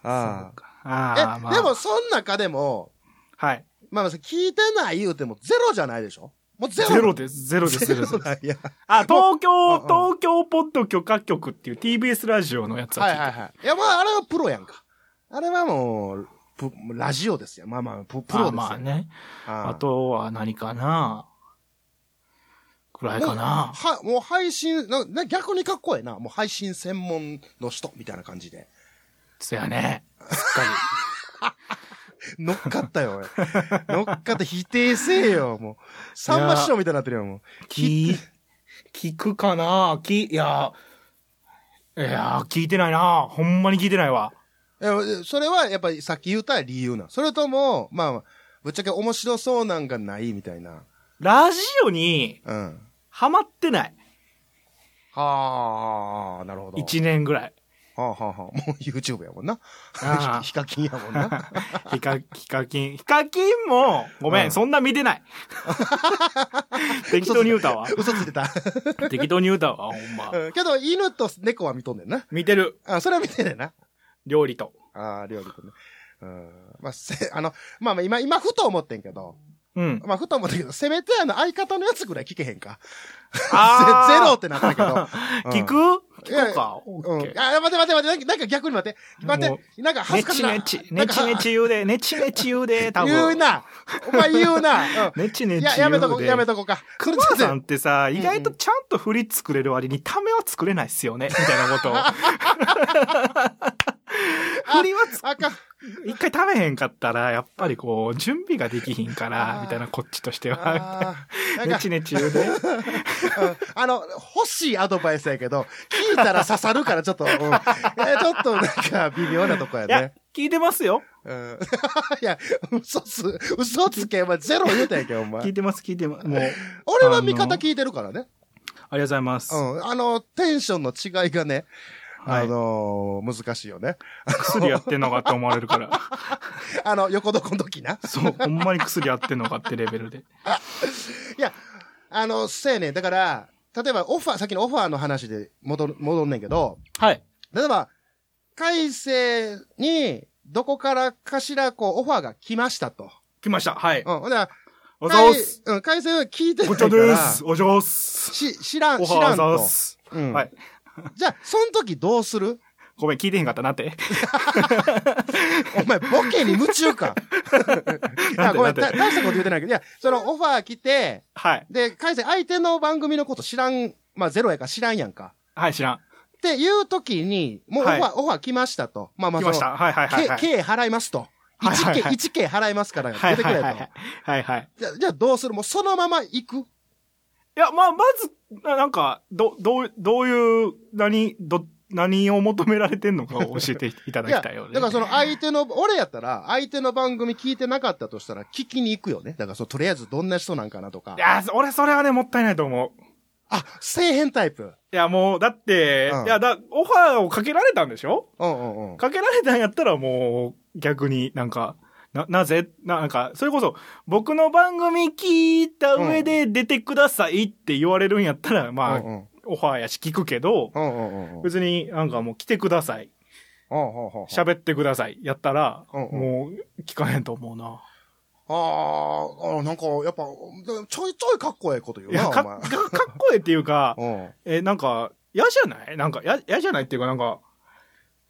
Speaker 2: ああ
Speaker 3: ああ、ま
Speaker 2: え
Speaker 3: あ。
Speaker 2: でも、そん中でも
Speaker 3: はい。
Speaker 2: まあまあ聞いてない言うてもゼロじゃないでしょもうゼロ
Speaker 3: ゼロです、ゼロです、ゼロです。
Speaker 2: なんや [laughs]
Speaker 3: あ、東京、
Speaker 2: うん
Speaker 3: 東京ポッド許可局っていう TBS ラジオのやつは
Speaker 2: は
Speaker 3: 聞い
Speaker 2: い
Speaker 3: た
Speaker 2: はいはい。いや、まあ、あれはプロやんか。あれはもう、プラジオですよ。まあまあ、ププロですよ。
Speaker 3: まあまあね。
Speaker 2: あ
Speaker 3: あとは何かなくらいかな
Speaker 2: は、もう配信、なな逆にかっこええな。もう配信専門の人、みたいな感じで。
Speaker 3: そやね。すっか
Speaker 2: [laughs] 乗っかったよ、俺乗っかって否定せえよ、もう。さんま師匠みたいになってるよ、もう。
Speaker 3: り。聞、聞くかな聞、いや、いや、聞いてないなほんまに聞いてないわ。
Speaker 2: いやそれは、やっぱりさっき言った理由なん。それとも、まあ、ぶっちゃけ面白そうなんがない、みたいな。
Speaker 3: ラジオに
Speaker 2: うん。
Speaker 3: ハマってない。
Speaker 2: はあ、なるほど。
Speaker 3: 一年ぐら [laughs] い。
Speaker 2: はあはあはあ、もう YouTube やもんな。
Speaker 3: ああ
Speaker 2: ヒカキンやもんな。 [laughs]
Speaker 3: ヒカ、ヒカキン。ヒカキンも、ごめん、
Speaker 2: うん
Speaker 3: そんな見て [laughs] ない。適当に歌わ。
Speaker 2: 嘘ついてた。
Speaker 3: 適当に歌わ、ほんま。
Speaker 2: うんけど、犬と猫は見とんねんな。
Speaker 3: 見てる。
Speaker 2: あ、それは見てねんな。
Speaker 3: 料理と。
Speaker 2: ああ、料理とね。うん。まあ、せ、あの、まあまあ、今、今、ふと思ってんけど、
Speaker 3: [laughs] うん。
Speaker 2: まあ、ふと思ってんけど、せめてあの、相方のやつぐらい聞けへんか。
Speaker 3: あー。
Speaker 2: [laughs] ゼゼロってなったけど
Speaker 3: 聞く
Speaker 2: うんい
Speaker 3: 聞
Speaker 2: や
Speaker 3: くか。オ
Speaker 2: う
Speaker 3: ッ
Speaker 2: ん
Speaker 3: ケー。
Speaker 2: あ、待って待って待って、なんか逆に待って。待っ
Speaker 3: も
Speaker 2: て、なんか恥
Speaker 3: ね
Speaker 2: ずかし
Speaker 3: ち
Speaker 2: いな。
Speaker 3: ねち、
Speaker 2: な
Speaker 3: ね
Speaker 2: んか
Speaker 3: ちねち言うで、ねちねち言
Speaker 2: [laughs]
Speaker 3: うで、多分。
Speaker 2: 言うな。お前言うな。
Speaker 3: [laughs]
Speaker 2: うん
Speaker 3: ねちねち言う
Speaker 2: い
Speaker 3: で。
Speaker 2: や、やめとこ、やめとこか。
Speaker 3: クマさんってさ、
Speaker 2: ん
Speaker 3: 意外とちゃんと振り作れる割に、ためは作れないっす
Speaker 2: [laughs]
Speaker 3: よね、みたいなことを。振りはつ、
Speaker 2: [laughs] あかん。
Speaker 3: 一回ためへんかったら、やっぱりこう、準備ができひんか
Speaker 2: あ
Speaker 3: ら
Speaker 2: ー、
Speaker 3: みたいなこっちとしては。
Speaker 2: あー [laughs] なん
Speaker 3: ね
Speaker 2: か
Speaker 3: ちねち言うで。
Speaker 2: うんあの、欲しいアドバイスやけど、聞いたら刺さるからちょっ
Speaker 3: [laughs]
Speaker 2: と、うん、えーちょっとなんか微妙なとこや
Speaker 3: いや
Speaker 2: ね。、
Speaker 3: 聞いてますよ。
Speaker 2: うん、 [laughs] いや、嘘つ、嘘つけ、お前ゼロ言うたやんけ、お前
Speaker 3: 聞い。てます、聞いてます。もう、あり
Speaker 2: 俺は味方聞いてるからね。
Speaker 3: がとうございます
Speaker 2: う。ん。あの、テンションの違いがね、
Speaker 3: はい
Speaker 2: あのー難しいよね。
Speaker 3: 薬やってんのかって思われるから。
Speaker 2: あの、横床の時な。
Speaker 3: そう、ほんまに薬やってんのかってレベルで。
Speaker 2: いや、あの、せやねんだから、例えばオファー、さっきのオファーの話で戻る、戻んねんけど、
Speaker 3: はい。
Speaker 2: 例えば、改正に、どこからかしら、こう、オファーが来ましたと。
Speaker 3: 来ました。は
Speaker 2: う
Speaker 3: い。
Speaker 2: ん。ほんなら、
Speaker 3: おはようございます。
Speaker 2: うん、改正は聞いてない
Speaker 3: ご
Speaker 2: か
Speaker 3: ちゃ
Speaker 2: ら。
Speaker 3: です。おじょうす。
Speaker 2: し、知らん、
Speaker 3: お
Speaker 2: 知ら
Speaker 3: は
Speaker 2: ん
Speaker 3: ざ
Speaker 2: と
Speaker 3: いま。す。
Speaker 2: うん。
Speaker 3: はい。
Speaker 2: じゃあ、その時どうする [laughs]
Speaker 3: ごめん、聞いてへんかったなって。 [laughs]
Speaker 2: お前、ボケに夢中か。 [laughs] い
Speaker 3: な
Speaker 2: や
Speaker 3: んて
Speaker 2: ごめん、
Speaker 3: な
Speaker 2: た
Speaker 3: んて
Speaker 2: 大したこと言うてないけど、いや、そのオファー来て、
Speaker 3: はい。
Speaker 2: で、改正相手の番組のこと知らん、まあ、ゼロやから知らんやんか。
Speaker 3: はい、知らん。
Speaker 2: っていう時に、もうオファー、
Speaker 3: はい
Speaker 2: オファー来ましたと。まあまあ、
Speaker 3: 来
Speaker 2: その
Speaker 3: ました。はいはいはい。はい
Speaker 2: K、K 払いますと。
Speaker 3: はいはいはい
Speaker 2: 1K、1K 払いますから、
Speaker 3: はい
Speaker 2: 出てく
Speaker 3: は
Speaker 2: れ
Speaker 3: い
Speaker 2: と。
Speaker 3: はいはい。はいはい。
Speaker 2: じゃあ、じゃあどうするもうそのまま行く
Speaker 3: いや、まあ、まず、ななんか、ど、どう、どういう、何、ど、何を求められてんのかを教えていただきたいよね。
Speaker 2: だからその相手の、俺やったら、相手の番組聞いてなかったとしたら、聞きに行くよね。だからその、とりあえずどんな人なんかなとか
Speaker 3: い。や、そ俺、それはね、もったいないと思う。
Speaker 2: あ、せえへんタイプ。
Speaker 3: いや、もう、だって、
Speaker 2: うん
Speaker 3: いや、だ、オファーをかけられたんでしょ
Speaker 2: うんうんうん。
Speaker 3: [laughs] かけられたんやったらもう逆になんか、な、なぜな、なんか、それこそ僕の番組聞いた上で出てくださいって言われるんやったら、まあ、
Speaker 2: うんうん
Speaker 3: オファーやし聞くけど、
Speaker 2: うんうんうんうん。
Speaker 3: 別になんかもう来てください。
Speaker 2: うんうんうんうん。
Speaker 3: 喋ってください。やったら、
Speaker 2: うんうん
Speaker 3: もう聞かへんと思うな。
Speaker 2: あーあー、なんか、やっぱ、ちょいちょいかっこええこと言う
Speaker 3: いや、
Speaker 2: な、
Speaker 3: か
Speaker 2: お
Speaker 3: かかっこええっていうか、
Speaker 2: 前。うん。
Speaker 3: え、なんか、嫌じゃないなんか、や嫌じゃないっていうか、なんか、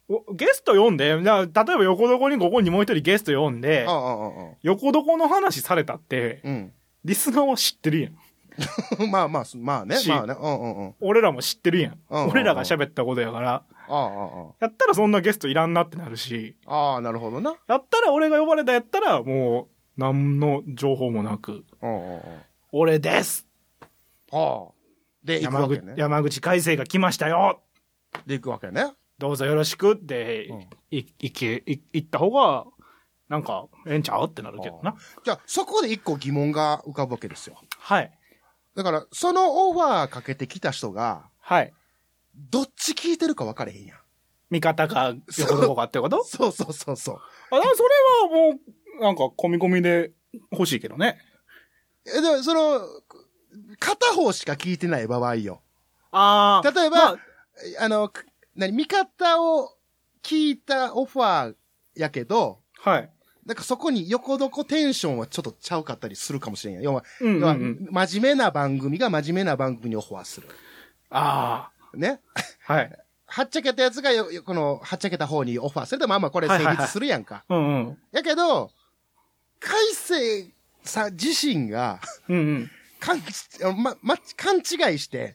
Speaker 3: おゲスト読んで、じゃあ例えば横床にここにもう一人ゲスト読んで
Speaker 2: う、んうんうん
Speaker 3: 横床の話されたって、
Speaker 2: うん。
Speaker 3: リスナーは知ってるやん。
Speaker 2: うん。 [laughs] まあまあ、すまあね、
Speaker 3: し
Speaker 2: まあね。うんうんうん。
Speaker 3: 俺らも知ってるやん。
Speaker 2: うんうんうん
Speaker 3: 俺らが喋ったことやから、
Speaker 2: ああ、あ
Speaker 3: やったらそんなゲストいらんなってなるし、
Speaker 2: あ、ああ、なるほどな。
Speaker 3: やったら俺が呼ばれたやったら、もう、何の情報もなく、
Speaker 2: うんうんうん。
Speaker 3: 俺です
Speaker 2: ああ。で、行く
Speaker 3: 山
Speaker 2: わけ
Speaker 3: 口
Speaker 2: ね。
Speaker 3: 山口海生が来ましたよ
Speaker 2: で、行くわけね。
Speaker 3: どうぞよろしくって、
Speaker 2: うん
Speaker 3: い、いけ、い、行った方が、なんか、ええんちゃうってなるけどな。
Speaker 2: じゃあ、そこで一個疑問が浮かぶわけですよ。
Speaker 3: はい。
Speaker 2: だから、そのオファーかけてきた人が、
Speaker 3: はい。
Speaker 2: どっち聞いてるか分かれへんやん。
Speaker 3: 味方か、横どこかって [laughs] こと
Speaker 2: そうそうそうそう。
Speaker 3: あ、だからそれはもう、なんか、込み込みで欲しいけどね。
Speaker 2: え、でも、その、片方しか聞いてない場合よ。
Speaker 3: あ
Speaker 2: 例えば
Speaker 3: まあ、
Speaker 2: あの、く何、味方を聞いたオファーやけど、
Speaker 3: はい。
Speaker 2: なんかそこに横床テンションはちょっとちゃうかったりするかもしれんやん。要は、
Speaker 3: うん、う
Speaker 2: 要
Speaker 3: んう
Speaker 2: は
Speaker 3: ん。
Speaker 2: 真面目な番組が真面目な番組にオファーする。
Speaker 3: あ
Speaker 2: ね。
Speaker 3: あ、はい。は
Speaker 2: はっちゃけたやつがよ、よこの、はっちゃけた方にオファーすると、まあまあこれ成立するやんか。
Speaker 3: うんうん。
Speaker 2: やけど、海星さん自身が、
Speaker 3: うんうん。
Speaker 2: 勘、ま、ま、勘違いして、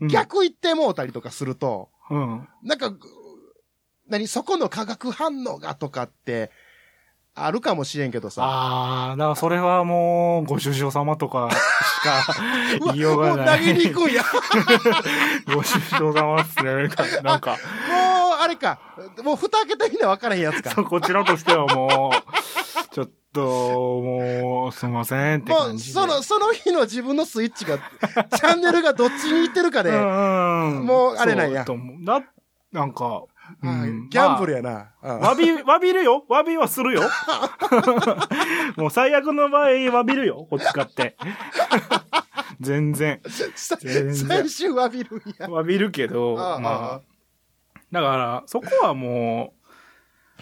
Speaker 3: うん
Speaker 2: 逆言ってもうたりとかすると、
Speaker 3: うん。
Speaker 2: なんか、ぐ何、そこの化学反応がとかって、あるかもしれんけどさ。
Speaker 3: ああ、だからそれはもう、ご首相様とかし
Speaker 2: [laughs]
Speaker 3: か
Speaker 2: うわ
Speaker 3: 言いようが
Speaker 2: もう
Speaker 3: な
Speaker 2: 投
Speaker 3: い。
Speaker 2: げに行くん
Speaker 3: [laughs]
Speaker 2: や。もう、
Speaker 3: ご首相様っすね。なんか、
Speaker 2: あれか。もう蓋開けたみんな分からへんやつか。
Speaker 3: そうこちらとしてはもう、ちょっと、もう、すいませんって
Speaker 2: も
Speaker 3: 感
Speaker 2: う、
Speaker 3: じで。
Speaker 2: その、その日の自分のスイッ
Speaker 3: [laughs]
Speaker 2: チが、チャンネルがどっちに行ってるかで、
Speaker 3: うんうん
Speaker 2: もうあれなんや
Speaker 3: そうと思うだ、なんか、
Speaker 2: は
Speaker 3: うん
Speaker 2: いギャンブル
Speaker 3: ま
Speaker 2: やな。
Speaker 3: あ
Speaker 2: うん
Speaker 3: わび、わびるよわびはす [laughs] るよもう最悪の場合、わびるよこっち買って。全然。
Speaker 2: さ
Speaker 3: 全然
Speaker 2: 最終詫びるんや。
Speaker 3: わびるけど、
Speaker 2: あああ
Speaker 3: ま
Speaker 2: あ
Speaker 3: あ。だから、そこはも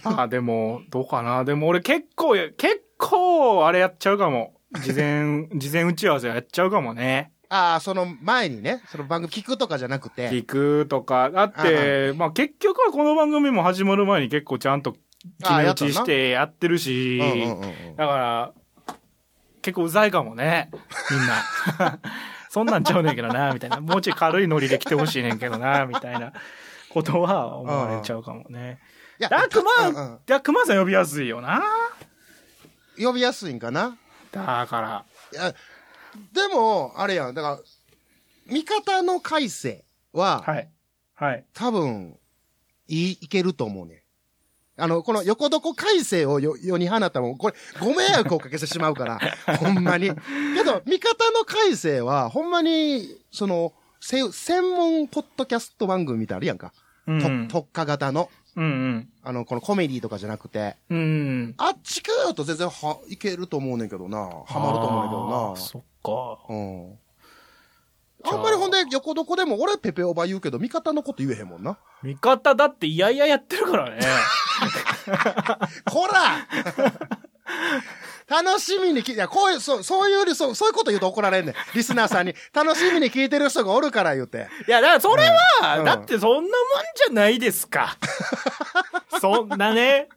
Speaker 3: う、まあでも、どうかな。でも俺結構や、結構、あれやっちゃうかも。事前、 [laughs] 事前打ち合わせやっちゃうかもね。
Speaker 2: ああ、その前にね、その番組聞くとかじゃなくて、
Speaker 3: 聞くとか。だって、まあ結局はこの番組も始まる前に結構ちゃんと決め打ちしてやってるし、
Speaker 2: うんうんうんうん
Speaker 3: だから、結構うざいかもね、みんな。 [laughs] そんなんちゃうねんけどな、みたいな。もうちょい軽いノリで来てほしいねんけどな、みたいなことは思われちゃうかもね。
Speaker 2: いや
Speaker 3: ダークマ
Speaker 2: うんう
Speaker 3: ン
Speaker 2: ん、
Speaker 3: ダークマンさん呼びやすいよな。
Speaker 2: 呼びやすいんかな。
Speaker 3: だから。
Speaker 2: いや、でも、あれやん、だから、味方の改正は、
Speaker 3: はい。はい。
Speaker 2: 多分、い、いけると思うね。あの、この横床改正をよ世に放ったもん、これ、ご迷惑をかけてしまうから、
Speaker 3: [laughs]
Speaker 2: ほんまに。けど、味方の改正は、ほんまに、その、せ専門ポッドキャスト番組みたいなのあるやんか。
Speaker 3: うんうん
Speaker 2: と特化型の。
Speaker 3: うん
Speaker 2: あの、このコメディとかじゃなくて、
Speaker 3: うん。うん。
Speaker 2: あっちかよと全然はいけると思うねんけどな。ハマると
Speaker 3: あー
Speaker 2: 思
Speaker 3: そっか。
Speaker 2: うねんけどな。
Speaker 3: じゃあ
Speaker 2: うん。あんまりほんで、横どこでも俺ペペオバ言うけど、味方のこと言えへんもんな。
Speaker 3: 味方だっていやいややってるからね。
Speaker 2: こ [laughs] ら楽しみに聞いいや、こういう、そう、そういうより、そう、そういうこと言うと怒られんねん。リスナーさんに。楽しみに聞いてる人がおるから言うて。
Speaker 3: いや、だからそれは、
Speaker 2: うん
Speaker 3: だってそんなもんじゃないですか。 [laughs] そんなね、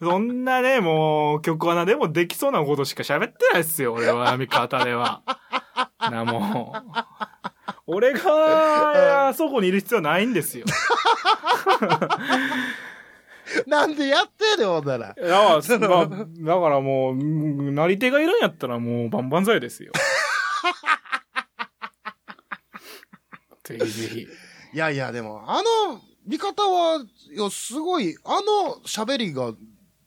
Speaker 3: そんなね、もう、曲穴でもできそうなことしか喋ってないっすよ、俺は、味方では。な、もう。俺が、あそこにいる必要ないんですよ。
Speaker 2: なんでやってんねん、ほんなら。
Speaker 3: [laughs] だから、まあだからもう、うんなり手がいるんやったらもう、万々歳ですよ。 [laughs] ぜひぜひ。
Speaker 2: いやいや、でも、あの、味方は、いや、すごい、あの喋りが、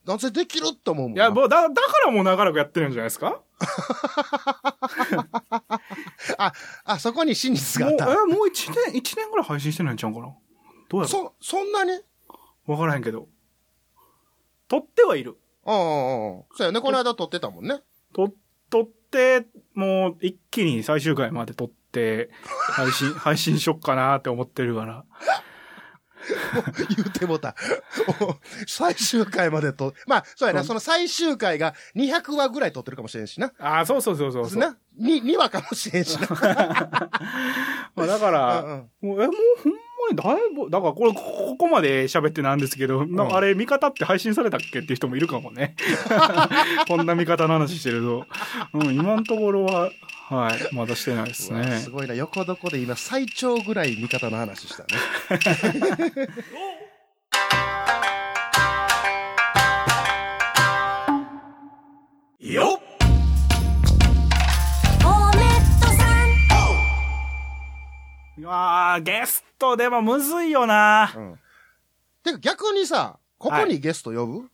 Speaker 2: 男性できると思うもん
Speaker 3: い
Speaker 2: な。
Speaker 3: や、もう、だ、だからもう長らくやってるんじゃないですか
Speaker 2: あ、あ、そこに真実が
Speaker 3: も
Speaker 2: あ
Speaker 3: う、
Speaker 2: っ
Speaker 3: え
Speaker 2: た。
Speaker 3: もう一年、一年ぐらい配信してないんちゃうんかなどうやろ
Speaker 2: そ、そんなにうん
Speaker 3: うわからへんけど。撮ってはいる。
Speaker 2: うんうん。そうやね、この間撮ってたもんね。
Speaker 3: 撮、撮って、もう一気に最終回まで撮っって、配信、配信しよっかなって思ってるから。
Speaker 2: 言うてもうた。 [laughs] お最終回までと、まあ、そうやな、
Speaker 3: そう
Speaker 2: その最終回が200話ぐらい撮ってるかもしれんしな。
Speaker 3: ああ、そうそうそうそうそう。
Speaker 2: な、に、2話かもしれんしな。
Speaker 3: ま
Speaker 2: うんう
Speaker 3: あだか
Speaker 2: ん
Speaker 3: ら、もう、え、もうほんまにだいぶ、だからこれ、ここまで喋ってなんですけど、な
Speaker 2: うん
Speaker 3: あれ、見方って配信されたっけっていう人もいるかもね。こんな見方の話してると。うん、今のところは、はい、まだしてないです
Speaker 2: うわ
Speaker 3: ね
Speaker 2: す。ごいな、横どこで今最長ぐらい味方の話したね。
Speaker 1: よっ
Speaker 4: おめっとさん
Speaker 3: ああ、ゲストでもむずいよな。
Speaker 2: うん。てか逆にさ、ここ
Speaker 3: は
Speaker 2: にゲスト呼ぶ、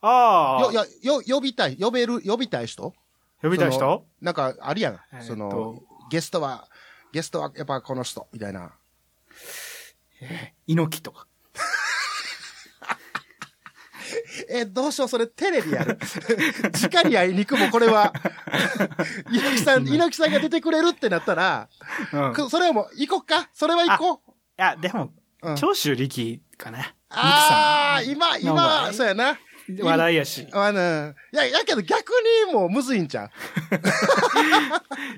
Speaker 3: ああ、
Speaker 2: よ、よ、よ、呼びたい、呼べる、呼びたい人
Speaker 3: 呼びた
Speaker 2: その
Speaker 3: い人
Speaker 2: なんか、あるやん。
Speaker 3: えーっと
Speaker 2: その、ゲストは、ゲストはやっぱこの人、みたいな。
Speaker 3: 猪木とか。
Speaker 2: えーどうしよう、それテレビや
Speaker 3: [laughs]
Speaker 2: る。直にあいにくもこれは、猪木さん、猪木さんが出てくれるってなったら、
Speaker 3: うん。い
Speaker 2: くそれはもう、行こっかそれは行こう
Speaker 3: や、でも
Speaker 2: うん、
Speaker 3: 長州力かな。
Speaker 2: ああー、今、
Speaker 3: の場
Speaker 2: 今、
Speaker 3: 合
Speaker 2: そうやな。
Speaker 3: 力さん。話題やし。
Speaker 2: あの、いや、やけど逆にもうむずいんちゃう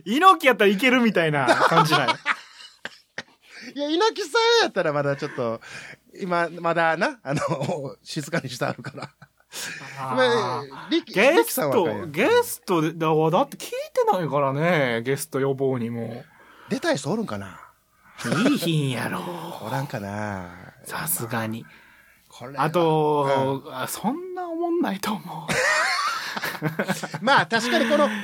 Speaker 3: 猪木やったらいけるみたいな感
Speaker 2: [laughs]
Speaker 3: じなんよ
Speaker 2: いや、猪木さんやったらまだちょっと、今、まだな、あの、 [laughs] 静かにしてあるから。
Speaker 3: あー
Speaker 2: まあ、力
Speaker 3: ゲ
Speaker 2: 力さん
Speaker 3: ス
Speaker 2: はあかんや
Speaker 3: ト、
Speaker 2: ん
Speaker 3: ゲストで、だわだって聞いてないからね、ゲスト予防にも。
Speaker 2: 出たい人おるんかない
Speaker 3: いひんやろ。
Speaker 2: おらんかな
Speaker 3: さす
Speaker 2: [laughs]
Speaker 3: がに。
Speaker 2: これは
Speaker 3: あと、あそんな思んないと
Speaker 2: [laughs]
Speaker 3: 思う。
Speaker 2: まあ確かにこの二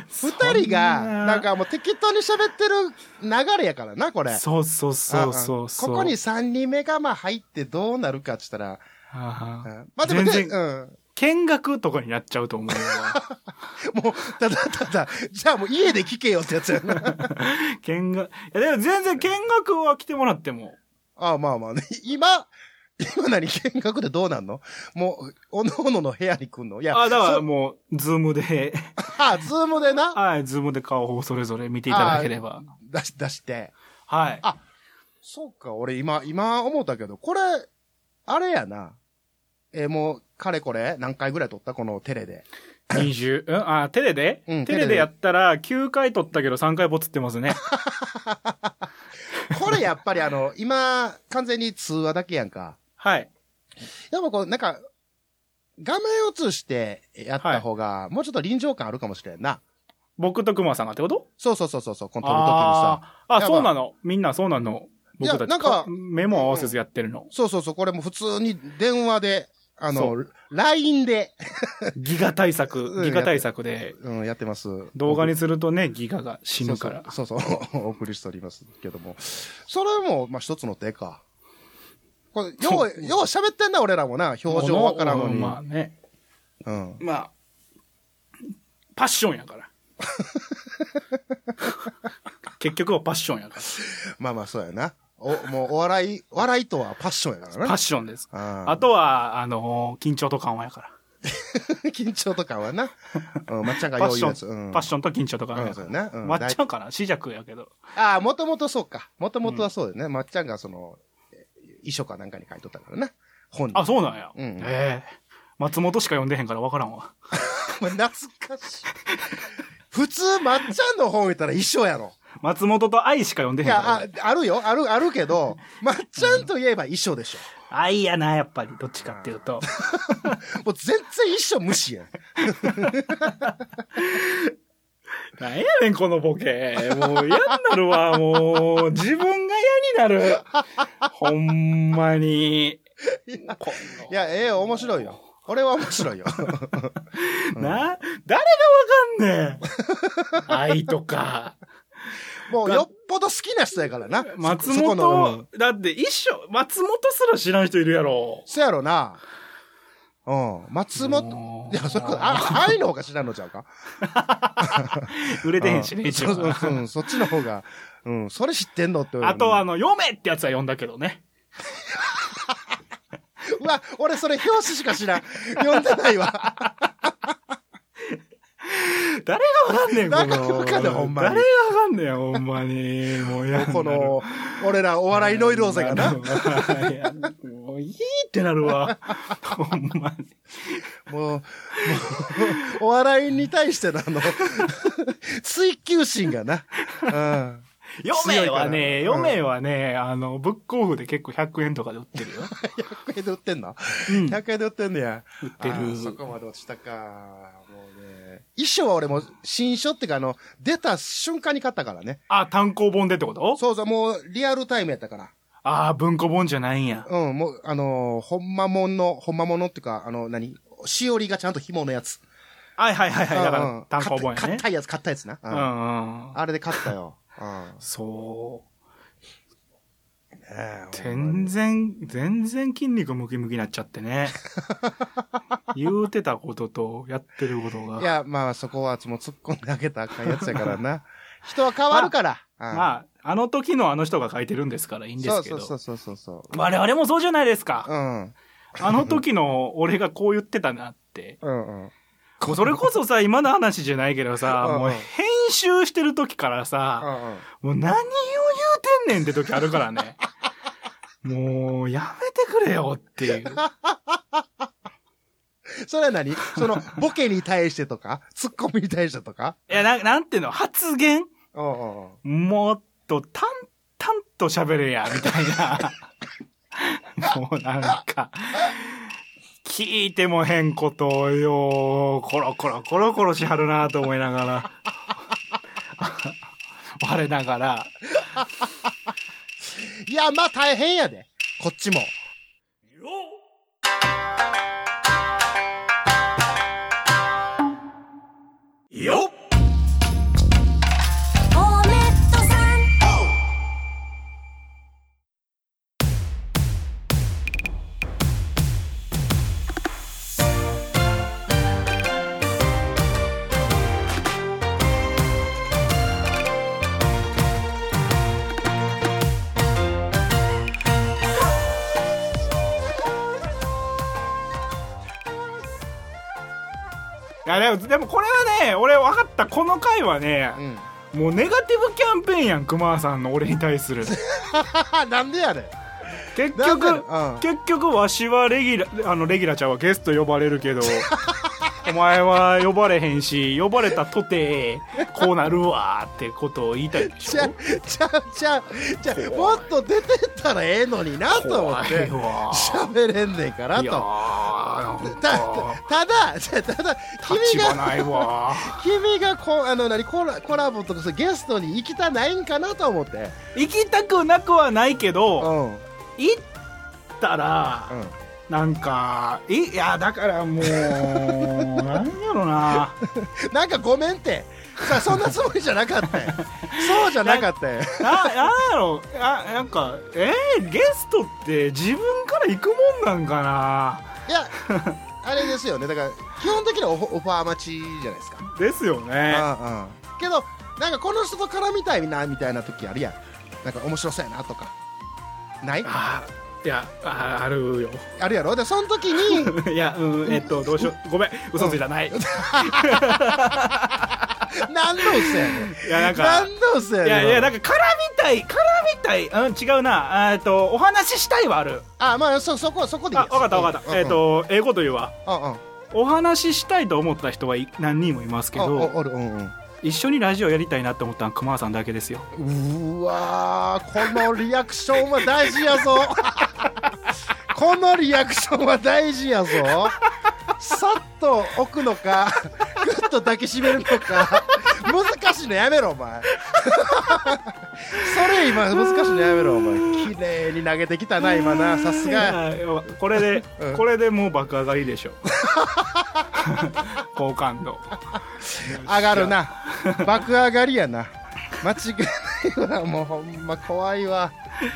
Speaker 2: 人が、
Speaker 3: そんな
Speaker 2: なんかもう適当に喋ってる流れやからな、これ。
Speaker 3: そうそうそうそうそう。
Speaker 2: んんここに三人目がまあ入ってどうなるかって言ったら、
Speaker 3: あ
Speaker 2: う
Speaker 3: ー、
Speaker 2: んまあでもね、
Speaker 3: 全然
Speaker 2: うん。
Speaker 3: 見学とかになっちゃうと思うわ。
Speaker 2: もう、ただただ、じゃあもう家で聞けよってやつやな。
Speaker 3: [laughs] 見学、いやでも全然見学は来てもらっても。
Speaker 2: ああ、まあまあね。今、今何見学でどうなんのもう、おのおのの部屋に来んのいや、
Speaker 3: あ、だから
Speaker 2: そ
Speaker 3: もう、ズームで、
Speaker 2: あ、ズームでな、
Speaker 3: はい、ズームで顔をそれぞれ見ていただければ。
Speaker 2: 出し、出して。
Speaker 3: はい。
Speaker 2: あそうか、俺今、今思ったけど、これ、あれやな。えーもう、かれこれ、何回ぐらい撮ったこのテレで。
Speaker 3: 20、うん、あ、テレで、
Speaker 2: うんテ
Speaker 3: テ
Speaker 2: レ
Speaker 3: レ
Speaker 2: で
Speaker 3: でやったら9回撮ったけど3回ボツってますね。
Speaker 2: これやっぱりあ
Speaker 3: [laughs]
Speaker 2: の、今、完全に通話だけやんか。
Speaker 3: はい。
Speaker 2: やっぱこう、なんか、画面映してやった方が、もうちょっと臨場感あるかもしれんな。
Speaker 3: 僕と熊さんがってこと
Speaker 2: そうそうそうそうそう、この撮るときにさ。
Speaker 3: あーあ、
Speaker 2: やっぱ
Speaker 3: そうなの。みんなそうなの。僕た
Speaker 2: いや
Speaker 3: ち。
Speaker 2: なんか
Speaker 3: メモ合わせずやってるの。
Speaker 2: そうそうそう、これも普通に電話で、あ
Speaker 3: そ
Speaker 2: の、LINE で、
Speaker 3: ギガ対
Speaker 2: う
Speaker 3: 策、
Speaker 2: ん
Speaker 3: ギガ対策で、
Speaker 2: うん、やってます。
Speaker 3: 動画にするとね、ギガが死ぬから。
Speaker 2: そうそう、そうそう [laughs] お送りしておりますけども。それも、まあ、一つの手か。これ、よ
Speaker 3: そう
Speaker 2: う、よう喋ってんな、俺らもな。表情わからんのに。
Speaker 3: まあね。
Speaker 2: うん。
Speaker 3: まあ、パッション
Speaker 2: [laughs]
Speaker 3: やから。結局はパッションやか。
Speaker 2: まあまあ、そうやな。お、もう、お笑い、笑いとはパッションやからら
Speaker 3: パッ
Speaker 2: な。
Speaker 3: ションです。
Speaker 2: あ
Speaker 3: あとは、あのー緊張と緩和やから。
Speaker 2: [laughs] 緊張とかはな。うん、まっちゃんが
Speaker 3: パ
Speaker 2: よ
Speaker 3: ッ
Speaker 2: う
Speaker 3: シ
Speaker 2: 言うやつ。う
Speaker 3: ョン、
Speaker 2: ん。
Speaker 3: パッションと緊張とか
Speaker 2: うんそうやなうん
Speaker 3: まっちゃんかな死弱やけど。
Speaker 2: ああ、もともとそうか。もともとはそうだよね。まっちゃんがその、遺書かなんかに書いとったからな。本に。
Speaker 3: あ、そうなんや。
Speaker 2: うん
Speaker 3: ええ松本しか読んでへんから分からんわ。
Speaker 2: もう [laughs] 懐かしい。普通、まっちゃんの本言ったら一緒やろ。
Speaker 3: 松本と愛しか読んでへ
Speaker 2: い
Speaker 3: んから
Speaker 2: や、あ、あるよ。ある、あるけど、まっちゃんといえば一緒でしょ。
Speaker 3: 愛やな、やっぱり。どっちかっていうと。
Speaker 2: もう全然一緒無視やん。
Speaker 3: [laughs] なんやねん、このボケ。もう嫌になるわ、もう。自分が嫌にな
Speaker 2: [laughs]
Speaker 3: る。ほんまに。こ
Speaker 2: いや、ええ面白いよ。俺は面
Speaker 3: [laughs]
Speaker 2: 白いよ。
Speaker 3: んな、誰がわかんねん。愛とか。
Speaker 2: もうよっぽど好きな人やからな。
Speaker 3: 松
Speaker 2: [laughs] そそこのう
Speaker 3: 本
Speaker 2: ん、
Speaker 3: だって一緒、松本すら知らん人いるやろ。
Speaker 2: そやろな。うん。松本
Speaker 3: も、う
Speaker 2: いや、それこそ、あ、愛の方が知らんのちゃうか。
Speaker 3: 売れてへんしね、
Speaker 2: うん
Speaker 3: 一
Speaker 2: そうそう
Speaker 3: 応。
Speaker 2: そううんそっちの方が、うん、それ知ってんのって。
Speaker 3: あと、あ、の、読めってやつは読んだけどね。
Speaker 2: うわ、
Speaker 3: [laughs]
Speaker 2: 俺それ表紙しか知らん。読んでないわ。
Speaker 3: 誰がわかんねん、
Speaker 2: 誰が
Speaker 3: この
Speaker 2: わかんねんほんまに
Speaker 3: 誰がわかんねん、ほんまに。もうやんなる
Speaker 2: この、俺らお笑いノイローゼがな、
Speaker 3: な。もういいってな
Speaker 2: [laughs]
Speaker 3: るわ。ほんまに。
Speaker 2: もう、もう、お笑いに対してのあ [laughs] の、追求心がな、うん。
Speaker 3: 嫁はね、
Speaker 2: 強いから
Speaker 3: 嫁はね、あの、ブックオフで結構100円とかで売ってるよ。
Speaker 2: 100円で売ってんの
Speaker 3: うん。
Speaker 2: ?100 円で売ってんのや。
Speaker 3: 売ってる
Speaker 2: あーそこまで落ちたか。もうね。衣装は俺も新書っていうかあの、出た瞬間に買ったからね。
Speaker 3: あ、単行本でってこと
Speaker 2: そうそう、もうリアルタイムやったから。
Speaker 3: ああ、文庫本じゃないんや。
Speaker 2: うん、もう、あのー、ほんまもんの、ほんまものっていうか、あの、何しおりがちゃんと紐のやつ。
Speaker 3: はいはいはいはい。だか
Speaker 2: うんう
Speaker 3: ら
Speaker 2: ん、
Speaker 3: 単行本
Speaker 2: か
Speaker 3: やね。
Speaker 2: 硬いやつ、硬いやつな。う
Speaker 3: うんんうん。
Speaker 2: あれで買ったよ。うん。
Speaker 3: そう。
Speaker 2: ねえ
Speaker 3: 全然、全然筋肉ムキムキになっちゃって [laughs] ね。言うてたことと、やってることが。
Speaker 2: いや、まあそこは、もう突っ込んであげたらあかんやつやからな。 [laughs] 人は変わるから。あ、
Speaker 3: まあ、あの時のあの人が書いてるんですからいいんで
Speaker 2: そ
Speaker 3: す
Speaker 2: うそ
Speaker 3: けど。
Speaker 2: うそうそうそうそ
Speaker 3: 我々もそうじゃないです
Speaker 2: う。
Speaker 3: か。
Speaker 2: うん。
Speaker 3: あの時の俺がこう言ってたなって。
Speaker 2: うんうん。
Speaker 3: こそれこそさ、今の話じゃないけどさ
Speaker 2: う、ん
Speaker 3: もう編集してる時から
Speaker 2: う
Speaker 3: さ、
Speaker 2: んうん。
Speaker 3: もう何を言うてんねんって時あるからね。もう、やめてくれよっていう。
Speaker 2: それは何その、ボケに対してとか、ツッコミに対してとか。
Speaker 3: いや、ななんていうの、発言
Speaker 2: うんうんうん。
Speaker 3: もっと淡々と喋れや、みたいな。もうなんか、聞いてもへんことをよ、コロコロコロコロしはるなと思いながら、 [laughs] 我ながら、
Speaker 2: いや、まあ大変やで。こっちも。
Speaker 3: よっ
Speaker 4: おめっとさん
Speaker 3: いやでもでもこれはね俺分かったこの回はね
Speaker 2: う、ん。 [laughs]
Speaker 3: もうネガティブキャンペーンやんクマさんの俺に対
Speaker 2: [laughs]
Speaker 3: する
Speaker 2: なんでやねん。
Speaker 3: 結
Speaker 2: なんで
Speaker 3: 局、
Speaker 2: うん
Speaker 3: 結局わしはレギュラあのレギュラちゃんはゲスト呼ばれる
Speaker 2: [laughs]
Speaker 3: けどお前は呼ばれへんし呼ばれたとてこうなるわってことを言いたいでし
Speaker 2: ちゃ
Speaker 3: ょ
Speaker 2: うちゃうちゃうちゃうもっと出てったらええのになと思っ
Speaker 3: 怖
Speaker 2: て
Speaker 3: いわ
Speaker 2: 喋れんねんから
Speaker 3: いや
Speaker 2: と
Speaker 3: ーなん
Speaker 2: た
Speaker 3: か
Speaker 2: ただじゃあただ
Speaker 3: 立
Speaker 2: 君
Speaker 3: 場
Speaker 2: が
Speaker 3: ないわ
Speaker 2: 君がこあの何コラコラボとかそうゲストに行きたないんかなと思って
Speaker 3: 行きたくなくはないけ
Speaker 2: う
Speaker 3: ど
Speaker 2: んうん
Speaker 3: 行ったら、なんか、いいや、だから
Speaker 2: [laughs]
Speaker 3: もう、なんやろな。
Speaker 2: なんかごめんってさそんなつもりじゃなかった
Speaker 3: [laughs]
Speaker 2: よそうじゃなかったよ
Speaker 3: な、なんやろあ、なんか、えー、ゲストって自分から行くもんなんかない
Speaker 2: やあれですよねだから基本的にはオフオファー待ちじゃないですか
Speaker 3: ですよね。
Speaker 2: うんうんけどなんかこの人と絡みたいなみたいな時あるやんなんか面白そうやなとかない
Speaker 3: あ、いや、ああるよ。 [laughs]
Speaker 2: あるやろでその時に
Speaker 3: いや、うん、えっと、どうしよう。ごめん、嘘ついたない。い
Speaker 2: 何の嘘やねん
Speaker 3: や、なんか
Speaker 2: 何、の嘘や
Speaker 3: い
Speaker 2: ねん
Speaker 3: やいや、なんか、絡みたい、絡みたい、うん、違うな。あえっと、お話ししたいはある。
Speaker 2: あまあそそこそこでいい
Speaker 3: あ、
Speaker 2: や
Speaker 3: わかったわかった。えっ、と、英語と言うわ。
Speaker 2: うんうん
Speaker 3: お話ししたいと思った人はい何人もいますけ
Speaker 2: うんうんおお
Speaker 3: ど、
Speaker 2: おるうんうん
Speaker 3: 一緒にラジオやりたいなって思ったのは熊川さんだけですよ
Speaker 2: うーわーこのリアクションは大事やぞ [laughs] このリアクションは大事やぞさっと置くのかぐっと抱きしめるのか難しいのやめろお前それ今難しいのやめろお前綺麗に投げてきたな今なさすが
Speaker 3: いやこれで、
Speaker 2: うん
Speaker 3: これでもう爆上がりでしょ [laughs] 好感度
Speaker 2: 上がるな爆上がりやな間違いないわもうほんま怖いわめ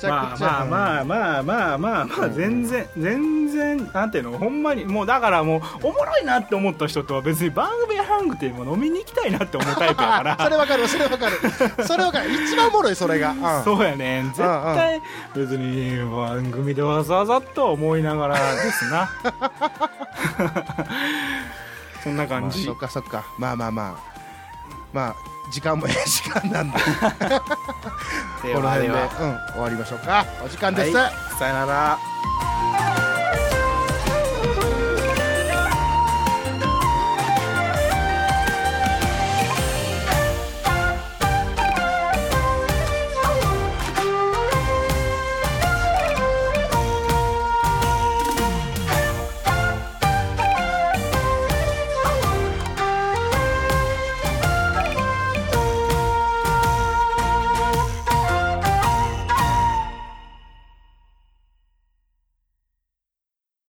Speaker 2: ちゃ
Speaker 3: ま
Speaker 2: く
Speaker 3: あ
Speaker 2: ちゃ、
Speaker 3: まあまあまあまあまあまあ全然全然なんていうのほんまにもうだからもうおもろいなって思った人とは別に番組ハングっていうもの飲みに行きたいなって思うタイプやか
Speaker 2: [laughs] それ
Speaker 3: ら
Speaker 2: わかるそれわかるそれわかる一番おもろいそれが、うん
Speaker 3: そうやねん絶対別に番組
Speaker 2: [laughs]
Speaker 3: でわざわざとは思いながらですなそんな
Speaker 2: ま
Speaker 3: 感
Speaker 2: あ、
Speaker 3: じ
Speaker 2: そっ。かそっかまあまあまあまあ時間もえ [laughs] え時間なんで
Speaker 3: で
Speaker 2: この
Speaker 3: は
Speaker 2: 辺で、
Speaker 3: で
Speaker 2: うん
Speaker 3: は、
Speaker 2: 終わりましょうかお時間です、
Speaker 3: はいさよなら。